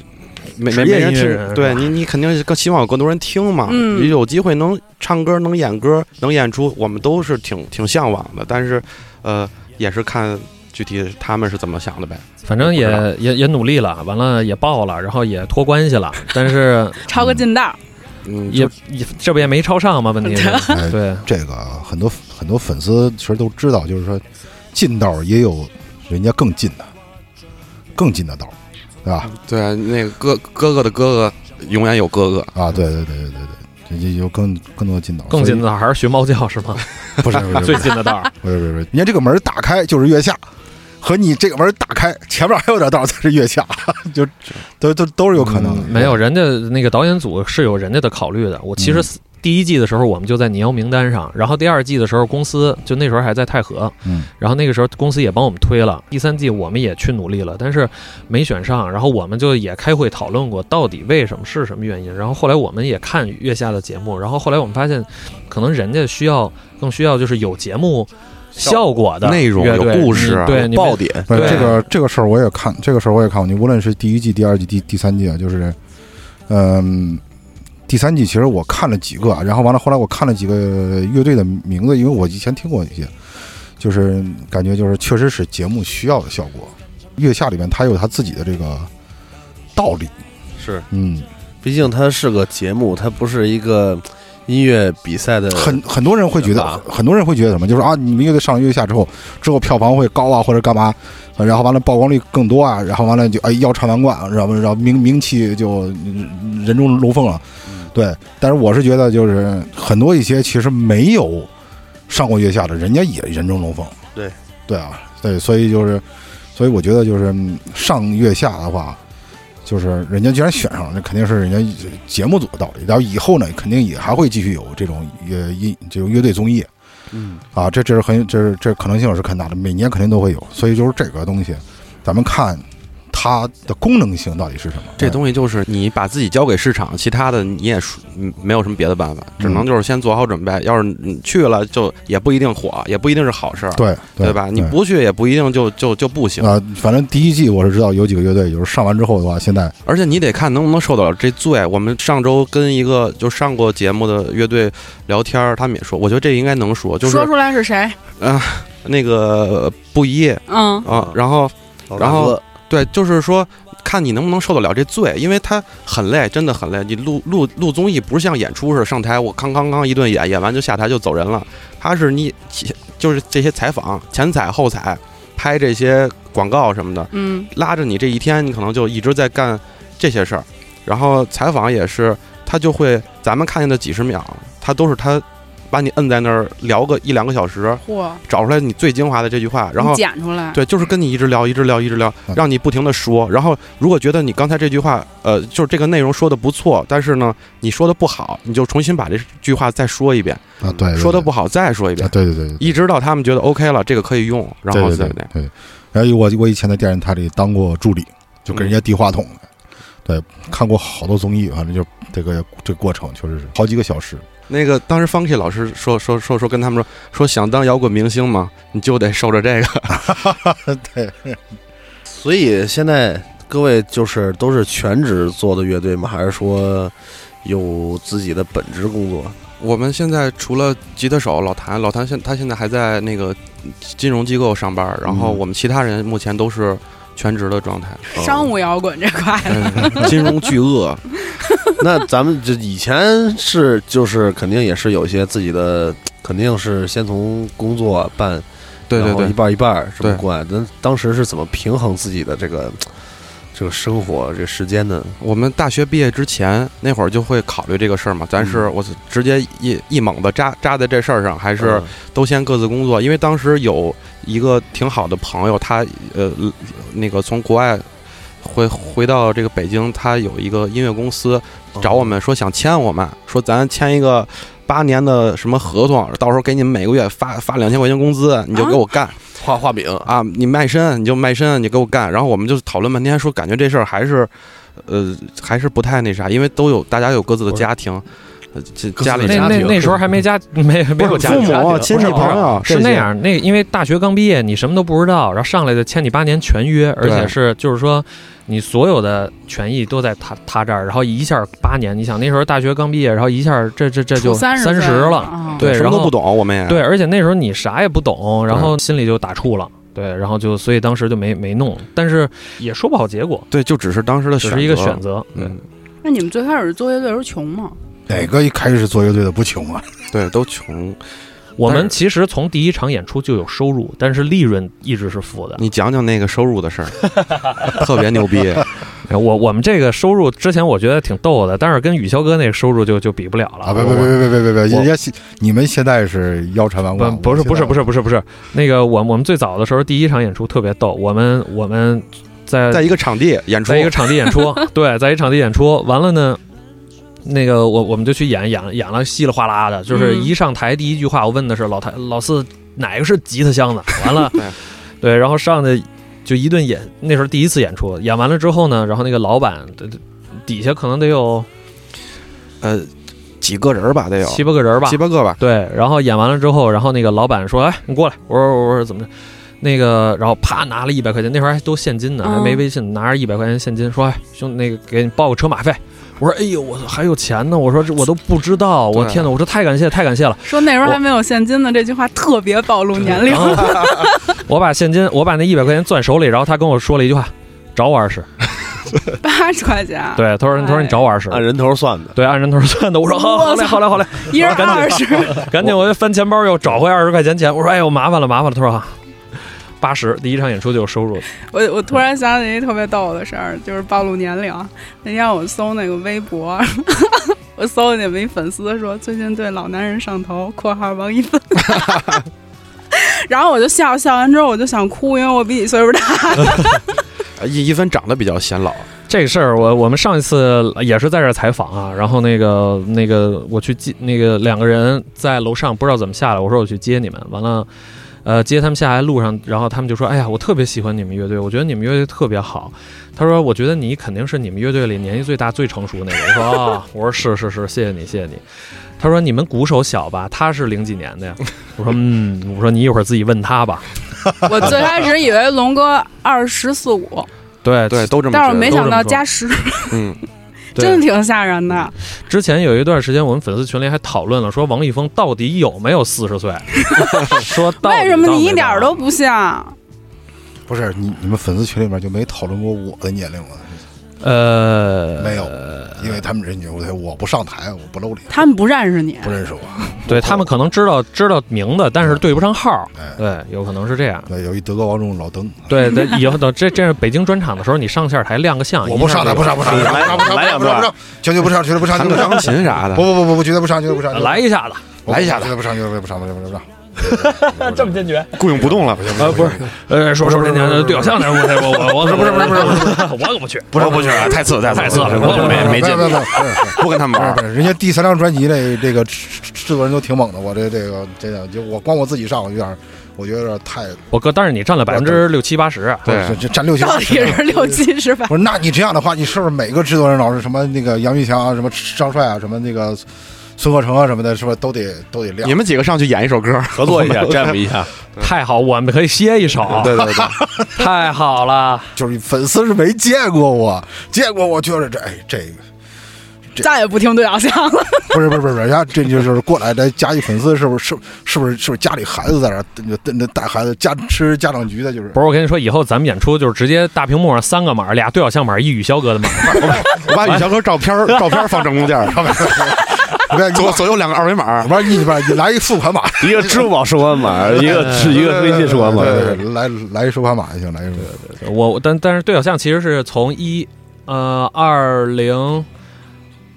没没
职业
没人
音乐
听，
人
对
是吧
你你肯定是更希望有更多人听嘛。
嗯
你有机会能唱歌、能演歌、能演出，我们都是挺挺向往的。但是，呃，也是看具体他们是怎么想的呗。
反正也
我不知
也也努力了，完了也爆了，然后也托关系 了，但是
抄个近道，
嗯，
也
就
也这不也没超上吗？问题是，
哎
对，
这个很多很多粉丝其实都知道，就是说近道儿也有人家更近的，更近的道儿，对吧？
对啊那个哥哥哥的哥哥，永远有哥哥。
啊，对对对对对对，也有更更多的近道儿，
更近
所以
的还是学猫叫是吗？
不是不是不
最
是
近的道儿，
不是不是，不是你看这个门儿打开就是月下。和你这个门儿打开，前面还有点道儿才是月下， 就都都都是有可能的。
嗯没有，人家那个导演组是有人家的考虑的。我其实
嗯
第一季的时候我们就在年邀名单上，然后第二季的时候公司就那时候还在太和，
嗯，
然后那个时候公司也帮我们推了，第三季我们也去努力了，但是没选上。然后我们就也开会讨论过，到底为什么是什么原因。然后后来我们也看月下的节目，然后后来我们发现，可能人家需要更需要就是有节目效果的
内容
乐
有
队
故
你
事啊
对
有
你
爆
们
点。
不是
对
这个这个事儿我也看，这个事儿我也看过。你无论是第一季、第二季、第第三季啊，就是，嗯，第三季其实我看了几个，啊然后完了后来我看了几个乐队的名字，因为我以前听过一些，就是感觉就是确实是节目需要的效果。月下里面它有它自己的这个道理，
是
嗯，
毕竟它是个节目，它不是一个音乐比赛的。
很很多人会觉得
啊，
很多人会觉得什么，就是啊，你们乐队上了月下之后，之后票房会高啊，或者干嘛，呃然后完了曝光率更多啊，然后完了就哎腰缠万贯，然后然后名名气就嗯人中龙凤了，对。但是我是觉得，就是很多一些其实没有上过月下的，人家也人中龙凤，
对
对啊，对，所以就是，所以我觉得就是嗯上月下的话。就是人家既然选上了，那肯定是人家节目组的道理。然后以后呢，肯定也还会继续有这种乐音这种乐队综艺，
嗯，
啊，这这是很这是这可能性是很大的，每年肯定都会有。所以就是这个东西，咱们看它的功能性到底是什么。
这东西就是你把自己交给市场，其他的你也说嗯没有什么别的办法，只能就是先做好准备。要是你去了，就也不一定火，也不一定是好事儿，
对
对吧？你不去也不一定就就就不行，
啊、反正第一季我是知道有几个乐队，就是上完之后的话，现在
而且你得看能不能受得了这罪。我们上周跟一个就上过节目的乐队聊天儿，他们也说，我觉得这应该能说， 就是
说出来是谁？
那个呃布衣
嗯，
啊，然后
老大
然后
哥
对，就是说看你能不能受得了这罪，因为他很累，真的很累。你录录录综艺不是像演出似的，上台我康康康一顿演，演完就下台就走人了。他是你其就是这些采访前采后采，拍这些广告什么的，
嗯，
拉着你这一天，你可能就一直在干这些事儿。然后采访也是，他就会咱们看见的几十秒，他都是他把你摁在那儿聊个一两个小时，
嚯，
找出来你最精华的这句话，然后
你剪出来，
对，就是跟你一直聊，一直聊，一直聊
嗯，
让你不停的说。然后，如果觉得你刚才这句话，呃，就是这个内容说的不错，但是呢，你说的不好，你就重新把这句话再说一遍，
啊，对
嗯说的不
好，
好再说一遍
啊，，对对对对
一直到他们觉得 OK 了，这个可以用，然后
对
再
对对对。然后我我以前在电视台里当过助理，就跟人家
嗯
递话筒的。对，看过好多综艺，反正就这个这个过程确实是好几个小时。
那个当时 Funky 老师说说说说跟他们说说想当摇滚明星嘛，你就得受着这个。
对，
所以现在各位就是都是全职做的乐队吗？还是说有自己的本职工作？
我们现在除了吉他手老谭，老谭现他现在还在那个金融机构上班，然后
嗯
我们其他人目前都是全职的状态。
商务摇滚这块的，
嗯 金融巨鳄，
哦那咱们就以前是就是肯定也是有一些自己的，肯定是先从工作办，
对对
然后
对
一，半儿一半儿这么
对
过来。那当时是怎么平衡自己的这个这个生活这个时间呢？
我们大学毕业之前那会儿就会考虑这个事儿嘛，咱
嗯
是我直接一一猛子扎扎在这事儿上，还是
嗯
都先各自工作？因为当时有一个挺好的朋友，他呃那个从国外回回到这个北京，他有一个音乐公司
哦
找我们说想签我们，说咱签一个八年的什么合同，到时候给你们每个月发发两千块钱工资，
啊
你就给我干。
画画饼
啊，你卖身你就卖身，你给我干。然后我们就讨论半天，说感觉这事儿还是，呃，还是不太那啥，因为都有大家有各自的家庭，呃这
各自
家里
的
人
那那
庭
那时候还没家，没没有家
不
庭
是
家庭
父母
不是
亲戚
不是
朋友
是
啊这
那
些
样。那因为大学刚毕业，你什么都不知道，然后上来就签你八年全约，而
对
且是就是说你所有的权益都在他他这儿，然后一下八年，你想那时候大学刚毕业，然后一下这这这就
三
三
十
十了，
了啊
对
什么
然
都
后
不懂，我们也
对，而且那时候你啥也不懂，然后
嗯
心里就打怵了。对，然后就所以当时就没没弄，但是也说不好结果，
对，就只是当时的
只
选择，
是一个选择。对
嗯，
那你们最开始做乐队的时候穷吗？
哪个一开始做乐队的不穷啊？
对，都穷。
我
但
们
是
其实从第一场演出就有收入，但是利润一直是负的。
你讲讲那个收入的事儿，特别牛逼。
我我们这个收入之前我觉得挺逗的，但是跟宇霄哥那个收入就就比不了了。
啊，别别别别别别别，人家现你们现在是腰缠万贯，
不不是不是不
是，
是不是不是那个我我们最早的时候第一场演出特别逗，我们我们在
在一个场地演出，
在一个场地演出，对，在一个场地演出完了呢。那个我我们就去演演演了稀里哗啦的，就是
嗯
一上台第一句话我问的是老台老四哪个是吉他箱子，完了
对，
对，然后上去就一顿演，那时候第一次演出，演完了之后呢，然后那个老板底下可能得有
呃几个人儿吧，得有
七八个人吧
哎七，八个吧。
对，然后演完了之后，然后那个老板说：“哎，你过来。”我说：“我说怎么着？”那个，然后啪拿了一百块钱，那会儿还都现金呢，
嗯
还没微信，拿着一百块钱现金，说：“哎，兄弟，那个给你报个车马费。”我说：“哎呦，我操，还有钱呢！”我说：“这我都不知道，我
对
天哪！”我说：“太感谢，太感谢了。
说那时候还没有现金呢，这句话特别暴露年 龄
然。后 我把现金，我把那一百块钱攥手里，然后他跟我说了一句话：“找我二十。
八十块钱，”，
对，他说：“他说你找我二十。
哎
按人头算的。
对，按人头算的。我说：“好好嘞，好嘞，好嘞。”
一人二十，
赶紧我就翻钱包又找回二十块钱钱。我说哎呦麻烦了麻烦了。他说啊，八十第一场演出就有收入了。
我我突然想起一特别逗的事儿，就是暴露年龄。那天我搜那个微博， 我搜你们一粉丝说最近对老男人上头（括号王一 芬）， 然后我就笑，笑完之后我就想哭，因为我比你岁数 大。
呃一一分长得比较显老，
这个事儿我我们上一次也是在这儿采访啊，然后那个那个我去接那个两个人在楼上不知道怎么下来，我说我去接你们，完了。呃，接他们下来路上，然后他们就说：“哎呀，我特别喜欢你们乐队，我觉得你们乐队特别好。”他说：“我觉得你肯定是你们乐队里年纪最大、最成熟那个。”我说：“啊、我说是是是，谢谢你，谢谢你。”他说：“你们鼓手小吧？他是零几年的呀。”我说：“嗯，我说你一会儿自己问他吧。
我最开始以为龙哥二十四五，
对”
对，都这么觉得。
但是我没想到
都这么说
加十，
嗯，
对嗯
真的挺吓人的。
之前有一段时间，我们粉丝群里还讨论了，说王立峰到底有没有四十岁？ 说到底
为什么
到
你
没
一点儿
到
都不像？
不是你你们粉丝群里面就没讨论过我的年龄吗？
呃
没有，因为他们人觉得我不上台，我不露脸，
他们不认识你，
不认识我。
对他们可能知道知道名字，但是对不上号
哎，
对，有可能是这样。
对，有一德高望重的老登，
对， 对，以后等这这是北京专场的时候，你上线台亮个相。
我不上台，
来
不上，不上，不上，不上，不上，不上，不上，绝对不上，绝对不上，
弹
绝
个
对不上
钢，琴 啥的
不，不不不不，绝对不上，绝对不上，
来一 下子，
绝对不上，绝对不上，绝对不上，
这么坚决？
雇佣不动 了
不。行，不行，
呃，说说这这对小象那我我我我不是不是不是我可不去，
不是哦不去了，太次了太次了，我没没劲，
不
不跟他们玩儿。
是，人家第三张专辑那这个制作人都挺猛的，我这这个这个就我光我自己上，我有点，我觉得有点太
我哥，但是你占了百分之六七八十，
对，
这占六七
到底是六七十吧？
不是，那你这样的话，你是不是每个制作人老师什么那个杨玉强啊，什么张帅啊，什么那个孙鹤成啊什么的，是不是都得都得亮
你？们几个上去演一首歌，
合作一下，占卜 一下，
太好，我们可以歇一首，
对对对，
太好了。
就是粉丝是没见过我，见过我就是这哎这个
再也不听对小象了。
不是不是不是，人家这就是过来来家里粉丝是不是是是不是是不是家里孩子在那带那带孩子家吃家长局的就是
不是，我跟你说，以后咱们演出就是直接大屏幕上三个码，俩对角相码，一雨潇哥的码。
我把宇翔哥照片 儿照片儿放正中间儿，
你别
左左右两个二维码
我，说你吧，你来一付款码，
一个支付宝收款码，一个是一个微信收款码，
对对对来来一收款码就行，来一收款码。
我但但是对角巷其实是从一呃二零，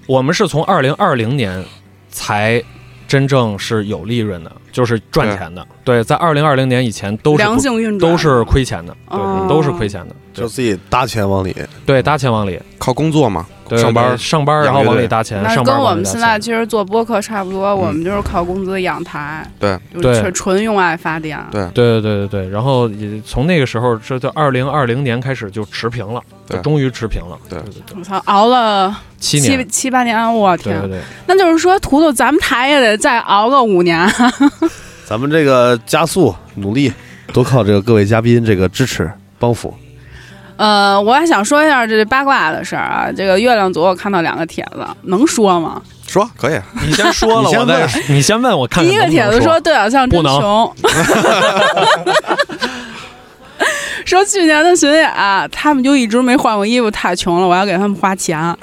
我们是从二零二零年才真正是有利润的，就是赚钱的。对，在二零二零年以前都是
良
不
性运转
都是亏钱的，对，
哦
都是亏钱的。对
就自己搭钱往里。
对，搭钱往里，
靠工作嘛，
对
上班
对上班，
养
然后
乐
往里
队
搭钱，
那
上
跟
班
我
往里
们
搭
现在
钱。嗯
其实做播客差不多，我们就是靠工资养台，
对，
就是
对
纯纯用爱发电。
对
对对对对对，然后也从那个时候，这就二零二零年开始就持平了，
对
就终于持平了。
对
对对，
我操，熬了
七年
七，七八年，啊我
对
天！
对对，
那就是说，图图，咱们台也得再熬个五年。
咱们这个加速努力， 都靠这个各位嘉宾这个支持帮扶。
呃，我还想说一下这八卦的事儿啊。这个月亮组我看到两个帖子，能说 吗？
说可以，
你先说 了，
你先
我再你先问我看
第
看
一个帖
能不能
子
说，
对小象真
不能
穷， 说去年的巡演、啊他们就一直没换过衣服，太穷了，我要给他们花钱。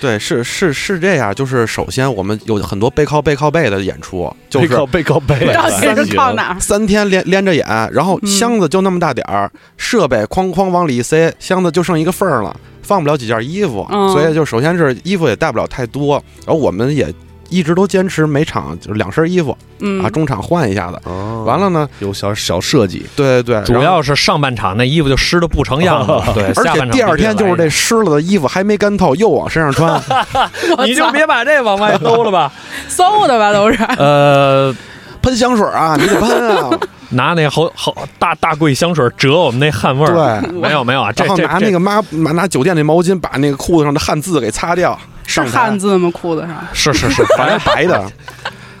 对，是是是这样，就是首先我们有很多背靠背靠背的演出，就是
背靠背
到底是靠哪儿？
三天连连着演，然后
嗯
箱子就那么大点儿，设备哐哐往里一塞，箱子就剩一个缝儿了，放不了几件衣服，
嗯
所以就首先是衣服也带不了太多，然后我们也一直都坚持每场就是两身衣服
嗯
啊，，中场换一下子。
哦，
完了呢，
有小小设计，
对对对，
主
然后
要是上半场那衣服就湿的不成 样子了，对，
而
下半
且
场
第二
必须
天
得
就是
来
这
一
湿了的衣服还没干透，又往身 上穿，
我
个，你就
操
别把这往外兜了 吧。
馊的吧，都 是。
呃，
喷香水啊，你得喷啊，
拿那好好大大柜香水折我们那汗味儿，
对。
没有没有啊， 这
然后
这
拿
这
那个抹拿拿酒店那毛巾把那个裤子上的汗渍给 擦掉，
是
上台
汉字吗？裤子上？
是是是，
反 正 白的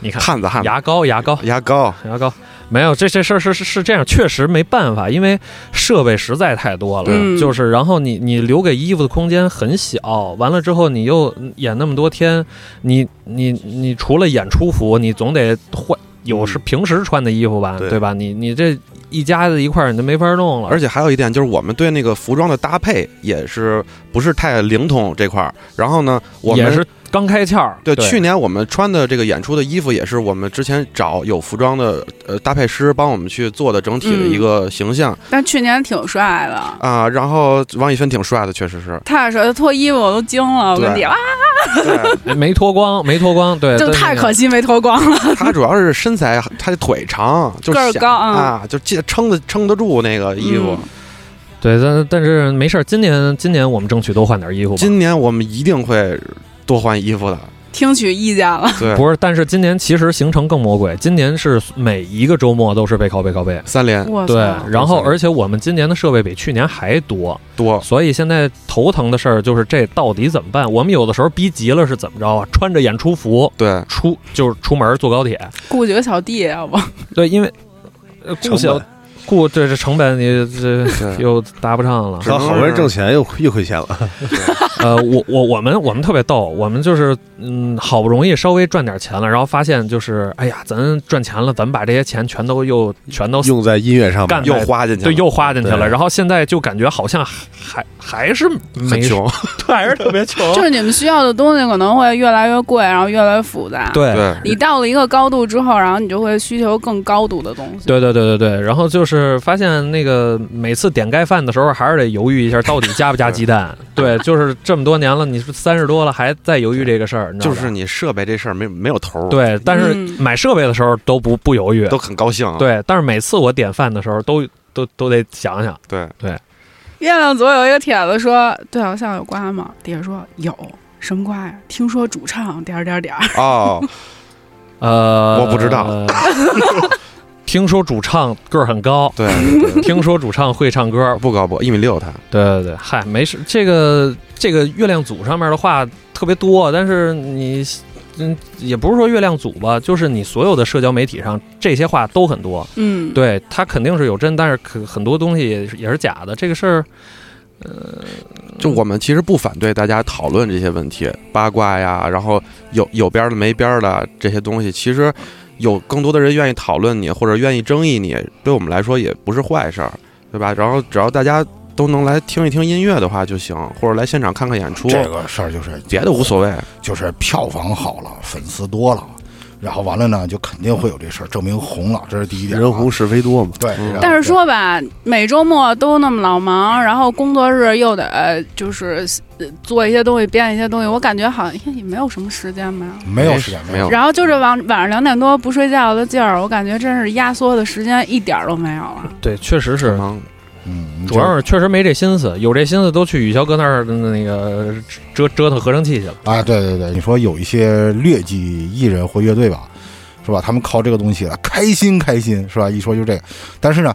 你看
汗子汗子
牙膏牙膏
牙膏，
牙膏。没有，这这事儿是是是这样，确实没办法，因为设备实在太多了。
嗯
就是，然后你你留给衣服的空间很小，完了之后你又演那么多天，你你你除了演出服，你总得换有是平时穿的衣服吧，
对
对吧？你你这一家子一块儿你就没法弄了，
而且还有一点就是，我们对那个服装的搭配也是不是太灵通这块儿。然后呢，我们
也是刚开窍儿。
对去年我们穿的这个演出的衣服，也是我们之前找有服装的呃搭配师帮我们去做的整体的一个形象、
但去年挺帅的，，
啊。然后王一轩挺帅的，确实是
他说他脱衣服我都惊了，我跟你
对
啊，
对
没脱光，没脱光，对，
就
但是
太
那
可惜没脱光了。
他主要是身材，他的腿长，就是
个儿
显
高嗯
啊，就记撑得撑得住那个衣服。
嗯
对，但但是没事儿，今年今年我们争取多换点衣服吧。
今年我们一定会多换衣服的，
听取意见 了，
对，
不是，但是今年其实行程更魔鬼，今年是每一个周末都是背靠背靠背。
三连
我
对，
操！
然后而且我们今年的设备比去年还多，
多，
所以现在头疼的事儿就是这到底怎么办？我们有的时候逼急了是怎么着啊？穿着演出服
对，
出就是出门坐高铁，
雇几个小弟，啊要不
哦
对，因为呃嗯雇小雇这这成本你这
对
又搭不上了。
只能
他
是
好不容易挣钱又又亏钱了，
呃，我我我们我们特别逗，我们就是嗯，好不容易稍微赚点钱了，然后发现就是哎呀，咱赚钱了，咱们把这些钱全都又全都
用在音乐上
干
面。
又花进去了，
对又花进去了，
对
然后现在就感觉好像还还还是没
很
什么，
穷，
对还是特别穷
就是你们需要的东西可能会越来越贵，然后越来越复杂。，
对。
对。
你到了一个高度之后，然后你就会需求更高度的东西。
对对对对对，然后就是发现那个每次点盖饭的时候，还是得犹豫一下，到底加不加鸡 蛋。对，就是这么多年了，你是三十多了还在犹豫这个事儿，你知道
就
吧
是你设备这事儿没没有头儿，，
对。但是
嗯
买设备的时候都不不犹豫，
都很高兴啊。
对。但是每次我点饭的时候都都都得想想，
对，
月亮组有一个帖子说，对好像有瓜吗？底下说有。什么瓜呀？听说主唱点儿点儿点儿，
哦，
呃，
我不知道
呃。 听说主唱个儿很高，
对，
听说主唱会唱歌，
不高不一米六他，
对对对，嗨，没事。这个这个月亮组上面的话特别多，但是你嗯，也不是说月亮组吧，就是你所有的社交媒体上这些话都很多。
嗯，，
对，它肯定是有真，但是可很多东西也是也是假的。这个事儿，呃
就我们其实不反对大家讨论这些问题，八卦呀，然后有有边儿的没边儿的这些东西，其实有更多的人愿意讨论你或者愿意争议你，对我们来说也不是坏事儿，对吧？然后只要大家都能来听一听音乐的话就行，或者来现场看看演出，
这个事儿就是
别的无所谓。
就是票房好了，粉丝多了，然后完了呢，就肯定会有这事儿，证明红了，这是第一点啊。
人红是非多嘛，
对，
嗯
然后
但是说吧，每周末都那么老忙，然后工作日又得呃就是呃做一些东西，编一些东西，我感觉好像也没有什么时间吧。
对没有时间，
没有
然后就是晚晚上两点多不睡觉的劲儿，我感觉真是压缩的时间一点儿都没有了。
对，确实是
嗯
嗯，
主要是确实没这心思，有这心思都去雨潇哥那儿那个折折腾合成器去了。
啊，对对对，你说有一些劣迹艺人或乐队吧，是吧？他们靠这个东西啊，开心开心，是吧？一说就这个，但是呢，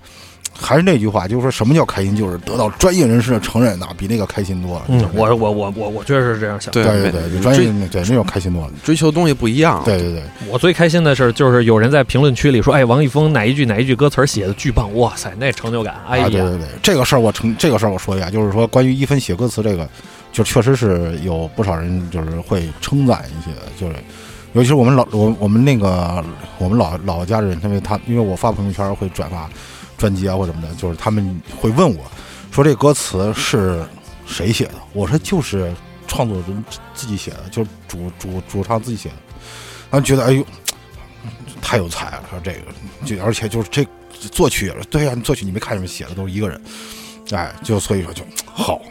还是那句话，就是说什么叫开心，就是得到专业人士的承认呐、比那个开心多了。
嗯
就是，
我我我我我确实是这样想。
对
对对对，比专业人对那种开心多了。
追求东西不一样。
对 对对，
我最开心的事儿就是有人在评论区里说：“哎，王一峰哪一句哪一句歌词儿写的巨棒！”哇塞，那成就感！哎
啊，对
呀，
对对，这个事儿我承这个事儿我说一下，就是说关于一分写歌词这个，就确实是有不少人就是会称赞一些，就是尤其是我们老我我们那个我们老老家人，因为他因为我发朋友圈会转发专辑啊或什么的，就是他们会问我说这歌词是谁写的，我说就是创作人自己写的，就是主主主唱自己写的，然后觉得哎呦太有才了，说这个就而且就是这作曲也是，对呀、你作曲你没看你们写的都是一个人，哎，就所以说就好，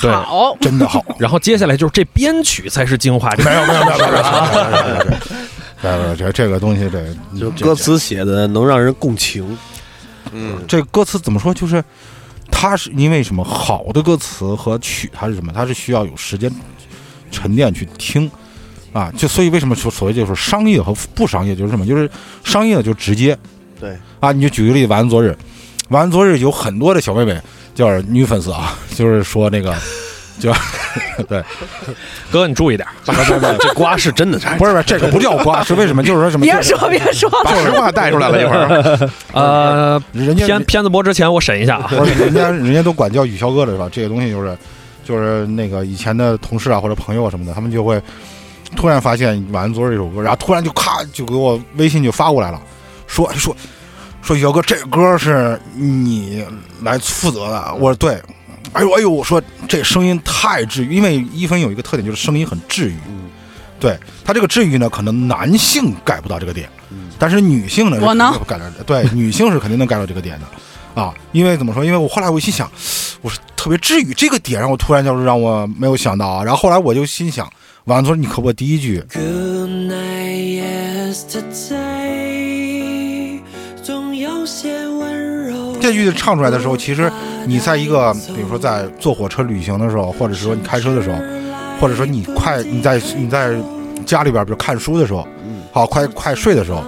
对
好，
真的好，
然后接下来就是这编曲才是精华。
没有没有没有没有没有没有没有没有没有，没有这这个东西这
就歌词写的能让人共情，
嗯，
这歌词怎么说就是。它是因为什么？好的歌词和曲，它是什么？它是需要有时间沉淀去听，啊，就所以为什么说所谓就是商业和不商业就是什么？就是商业就直接，
对
啊，你就举个例子，晚安昨日，晚安昨日有很多的小妹妹就是女粉丝啊，就是说那个，就对，
哥，你注意点儿。
这瓜是 真的，
不是不是，这个不叫瓜，是为什么？就是说什 么？
别
就是
说别说
把
了，
实话带出来了，一会 儿
呃，
人家
片片子播之前我审一 下啊。
不是人家人家都管叫雨潇哥了是吧？这些东西就是就是那个以前的同事啊或者朋友啊什么的，他们就会突然发现《晚安昨日》这首歌，然后突然就咔就给我微信就发过来了，说说说雨潇哥这歌是你来负责的，我说对。哎呦哎呦！我说这声音太治愈，因为一分有一个特点就是声音很治愈，对他这个治愈呢，可能男性 get 不到这个点，但是女性呢，
我能
get 到，对， 女性是肯定能 get 到这个点的。啊，因为怎么说？因为我后来我心想，我是特别治愈这个点，让我突然就是让我没有想到啊。然后后来我就心想，完了之后你可不可以第一句
Good night yesterday，总有些温柔。
这句唱出来的时候，其实你在一个比如说在坐火车旅行的时候，或者是说你开车的时候，或者说你快你在你在家里边比如看书的时候，好快快睡的时候，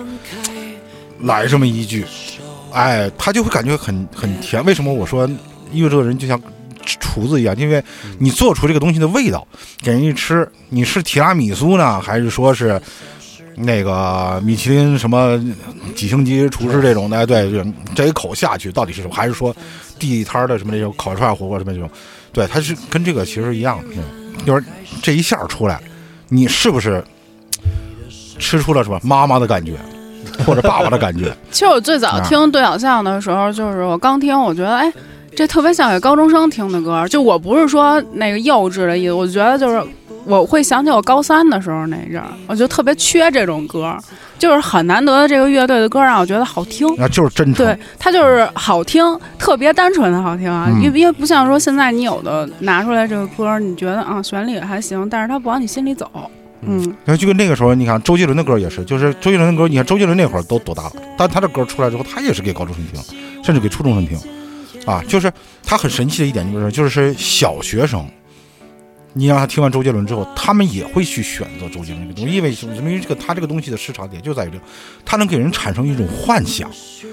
来这么一句，哎，他就会感觉很很甜。为什么我说因为这个人就像厨子一样？因为你做出这个东西的味道，给人一吃，你是提拉米苏呢，还是说是那个米其林什么几星级厨师这种的？哎对，这这一口下去到底是什么？还是说地摊儿的什么那种烤串火锅什么这种？对，它是跟这个其实一样的，嗯就是这一下儿出来，你是不是吃出了什么妈妈的感觉，或者爸爸的感觉？
其实我最早听《对小巷》的时候，就是我刚听，我觉得哎，这特别像给高中生听的歌。就我不是说那个幼稚的意思，我觉得就是我会想起我高三的时候那阵儿，我就特别缺这种歌，就是很难得的这个乐队的歌让我觉得好听。
那就是真诚。
对，它就是好听，特别单纯的好听啊，
嗯
因、为因为不像说现在你有的拿出来这个歌，你觉得啊旋律也还行，但是它不往你心里走，嗯，
然后就跟那个时候，你看周杰伦的歌也是，就是周杰伦的歌，你看周杰伦那会儿都多大了，但他的歌出来之后，他也是给高中生听，甚至给初中生听，啊，就是他很神奇的一点就是，就是小学生，你让他听完周杰伦之后，他们也会去选择周杰伦这个东西，因为什么？因为这个他这个东西的市场点就在于这个，他能给人产生一种幻想，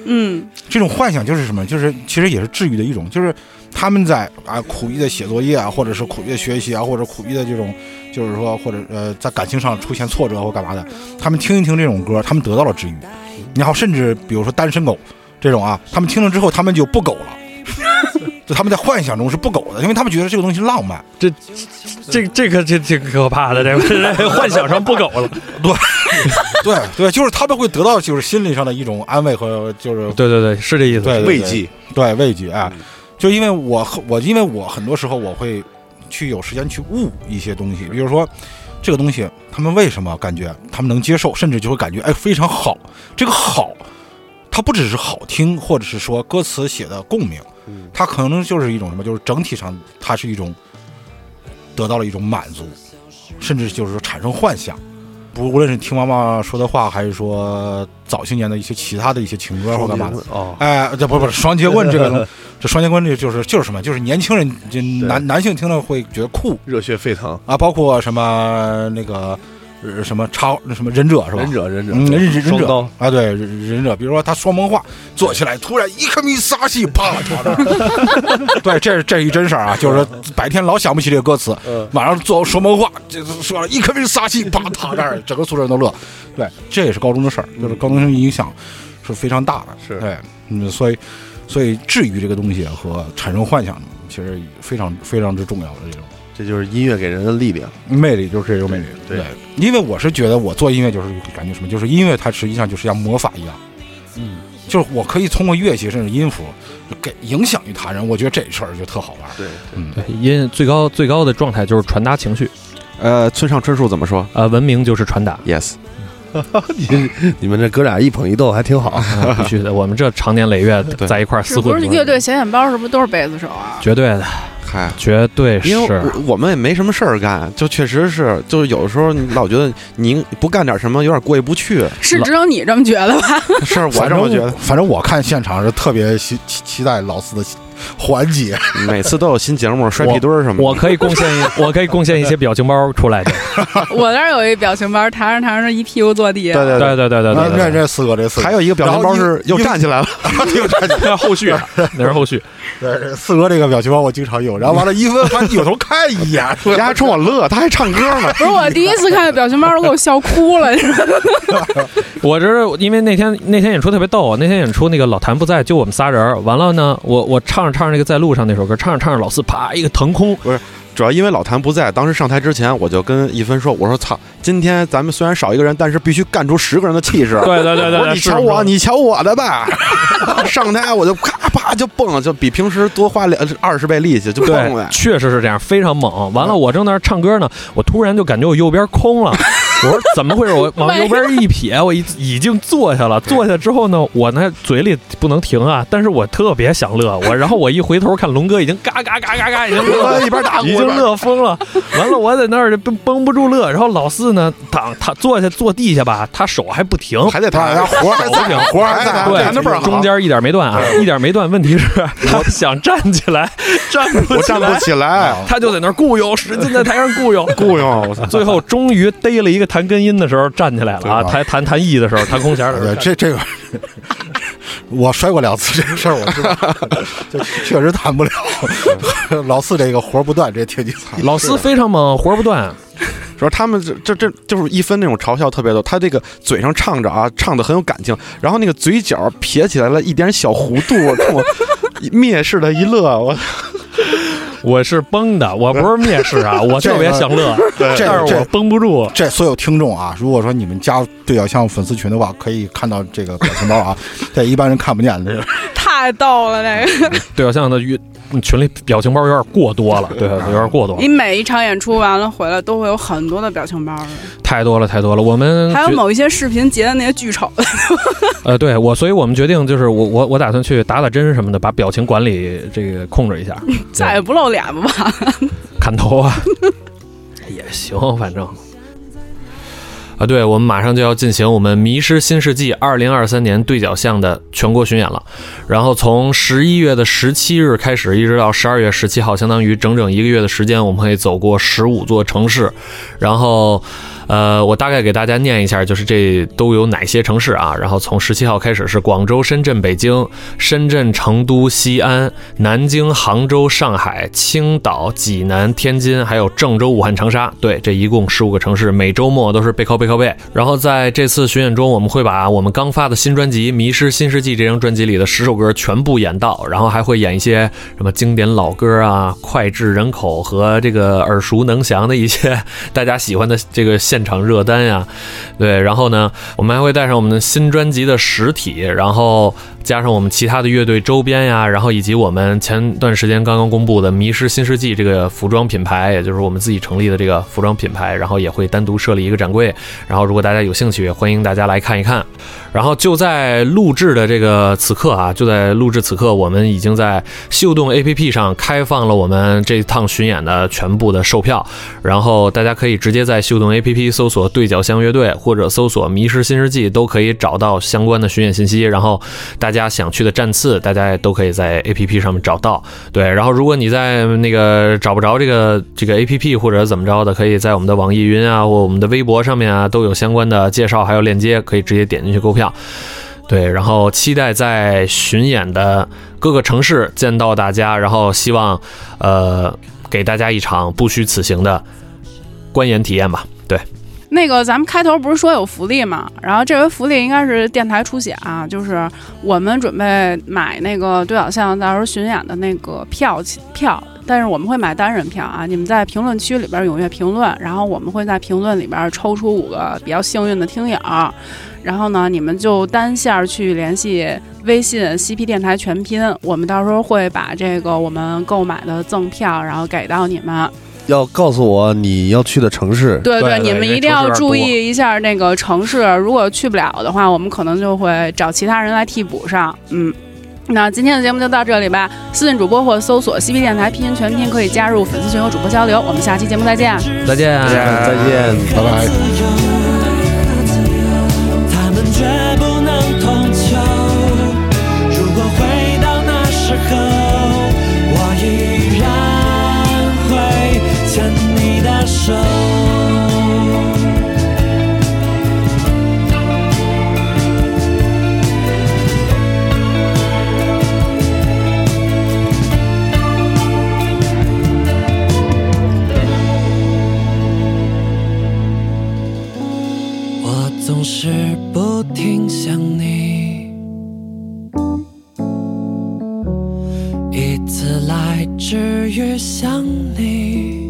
嗯，
这种幻想就是什么？就是其实也是治愈的一种，就是他们在啊苦逼的写作业啊，或者是苦逼的学习啊，或者苦逼的这种，就是说或者呃在感情上出现挫折或干嘛的，他们听一听这种歌，他们得到了治愈。然后甚至比如说单身狗这种啊，他们听了之后，他们就不狗了。 就他们在幻想中是不狗的，因为他们觉得这个东西浪漫。
这这个这这可怕的，这个幻想上不苟了。
对对，就是他们会得到就是心理上的一种安慰和就是
对对对，是这意思。
对对对
慰藉，
对慰藉啊，就因为我很我因为我很多时候我会去有时间去悟一些东西，比如说这个东西他们为什么感觉他们能接受，甚至就会感觉哎非常好，这个好，它不只是好听，或者是说歌词写的共鸣，它可能就是一种什么，就是整体上它是一种得到了一种满足，甚至就是说产生幻想。不，无论是听妈妈说的话，还是说早些年的一些其他的一些情歌或干嘛的，
哦，
哎，这不不是双截棍这个东， 这双截棍这就是就是什么，就是年轻人就男男性听了会觉得酷
热血沸腾，
啊，包括什么那个呃什么超什么忍者是吧？
忍者忍者
嗯，忍者忍
双
者
刀
啊，对忍忍者，比如说他说梦话，坐起来突然一颗米沙西， 啪跳这儿。对，这是这是一真事儿啊，就是说白天老想不起这个歌词，
嗯
晚上做说梦话，这说了一颗米沙西， 啪躺这儿，整个宿舍人都乐。对，这也是高中的事儿，就是高中生影响是非常大的。
嗯是
对，嗯，所以所以治愈这个东西和产生幻想，其实非常非常之重要的这种。
这就是音乐给人的力量。
魅力就是这种魅力。
对对
因为我是觉得我做音乐就是感觉什么，就是音乐它实际上就是像魔法一样，
嗯，
就是我可以通过乐器甚至音符给影响于他人，我觉得这事儿就特好玩。
对，
嗯，
对，音最高最高的状态就是传达情绪，
呃，村上春树怎么说
呃，文明就是传达，
？Yes，
你 你们这哥俩一捧一逗还挺好，
啊 必须的。我们这常年累月
对
在一块儿
是
厮
不
混
是
过，
乐队小显包是不是都是贝斯手啊？
绝对的，
嗨，
绝对
因为
是。
我我们也没什么事儿干，就确实是，就是有时候你老觉得你不干点什么有点过意不去，
是只有你这么觉得吧？
是我
反
这
正
么觉得，
反正我看现场是特别期期期待老四的环节，
每次都有新节 目摔屁墩儿什么的。
我可以贡 献一，我可以贡献一些表情包出来的。
我那儿有一表情包，弹着弹着一屁股坐地。
对对
对对对对
那
对
这
对
这四个这四个
还有一个表情
然
包
后
是
一
又站起来了，
有这
对，那是后续啊，那是后续。
对这四哥这个表情包我经常有，然后完了，一分还 扭头看一眼，
人家还冲我乐，他还唱歌呢。
不是我第一次看表情包都给我笑哭了，你 知道吗？
我这是因为那天那天演出特别逗，那天演出那个老谭不在，就我们仨人儿。完了呢，我我唱着唱着那个在路上那首歌，唱着唱着老四啪一个腾空，
主要因为老谭不在，当时上台之前我就跟一芬说：“我说操，今天咱们虽然少一个人，但是必须干出十个人的 气势。”
对对对对
我说
对，
你
是
瞧我，
是
你瞧我 的吧。上台我就咔啪就蹦，就比平时多花两二十倍力气就蹦
对
呗，。
确实是这样，非常猛。完了，我正在那儿唱歌呢，我突然就感觉我右边空了，我说怎么回事？我往右边一撇，我已已经坐下了。坐下之后呢，我那嘴里不能停啊，但是我特别想乐。我然后我一回头看龙哥已经嘎嘎嘎嘎嘎已经乐一边打已经乐疯了。完了，我在那儿就绷绷不住乐。然后老四呢，躺他坐下坐地下吧，他手还不停。
还得
他
弹
俩，活儿
还得
挺
弹活儿还得弹，
对
弹的倍儿好。
中间一点没断啊，一点没断。问题是，他想站起来，站不
我
起
站不
来。
起来，
他就在那儿雇悠，使劲在台上 雇悠，
哎
雇佣我操！
最后终于逮了一个弹根音的时候站起来了啊，
对吧
弹弹弹 E 的时候，弹空弦的时
对，
候，
这这个我摔过两次这个事儿，我知道，就确实谈不了。 老四这个活儿不断，这挺精彩。
老四非常猛，活儿不断，
主要他们这这这就是一分那种嘲笑特别多，他这个嘴上唱着啊，唱的很有感情，然后那个嘴角撇起来了一点小弧度，冲我 蔑视的一乐，我
我是崩的，我不是蔑视 啊，我特别想乐，
这个
但是
这
我绷不住。
这所有听众啊，如果说你们加对角巷粉丝群的话，可以看到这个表情包啊，在一般人看不见的。
太逗了那个！
对小象的乐群里表情包有点过多了，对，
啊
有点过多了
你，每一场演出完了回来都会有很多的表情包的，
太多了，太多了。我们
还有
决
某一些视频截的那些巨丑的，
呃，对我，所以我们决定就是我我我打算去打打针什么的，把表情管理这个控制一下，
再也不露脸吧吧？
砍头啊， 也行，反正。啊，对，我们马上就要进行我们《迷失新世纪》二零二三年对角巷的全国巡演了。然后从十一月的十七日开始，一直到十二月十七号，相当于整整一个月的时间，我们可以走过十五座城市。然后，呃，我大概给大家念一下，就是这都有哪些城市啊？然后从十七号开始是广州、深圳、北京、深圳、成都、西安、南京、杭州、上海、青岛、济南、天津，还有郑州、武汉、长沙。对，这一共十五个城市，每周末都是背靠背靠背。然后在这次巡演中，我们会把我们刚发的新专辑《迷失新世纪》这张专辑里的十首歌全部演到，然后还会演一些什么经典老歌啊、脍炙人口和这个耳熟能详的一些 大家喜欢的这个现场热单呀、对，然后呢，我们还会带上我们的新专辑的实体，然后加上我们其他的乐队周边呀，然后以及我们前段时间刚刚公布的“迷失新世纪”这个服装品牌，也就是我们自己成立的这个服装品牌，然后也会单独设立一个展柜。然后，如果大家有兴趣，也欢迎大家来看一看。然后就在录制的这个此刻啊，就在录制此刻，我们已经在秀动 APP 上开放了我们这趟巡演的全部的售票。然后大家可以直接在秀动 APP 搜索“对角巷乐队”或者搜索“迷失新世纪”，都可以找到相关的巡演信息。然后大家。家想去的站次，大家也都可以在 APP 上面找到。对，然后如果你在那个找不着这个这个 APP 或者怎么着的，可以在我们的网易云啊或我们的微博上面啊都有相关的介绍，还有链接，可以直接点进去购票。对，然后期待在巡演的各个城市见到大家，然后希望呃给大家一场不虚此行的观演体验吧。对，
那个，咱们开头不是说有福利嘛？然后这回福利应该是电台出血啊，就是我们准备买那个对角巷到时候巡演的那个票票，但是我们会买单人票啊。你们在评论区里边踊跃评论，然后我们会在评论里边抽出五个比较幸运的听友，然后呢，你们就单线儿去联系微信 CP 电台全拼，我们到时候会把这个我们购买的赠票然后给到你们。
要告诉我你要去的城市，
对
对
你
对
们
因为
一定
城市
要
有点
注
多
意一下那个城市，如果去不了的话，我们可能就会找其他人来替补上。嗯，那今天的节目就到这里吧。私信主播或搜索 CP 电台拼音全拼，可以加入粉丝群和主播交流。我们下期节目再见。
再见，
哎
再见，拜拜。
自由，他们绝不能通求。如果回到那时候，我依然会牵你的手。我总是不停想你，以此来治愈想你。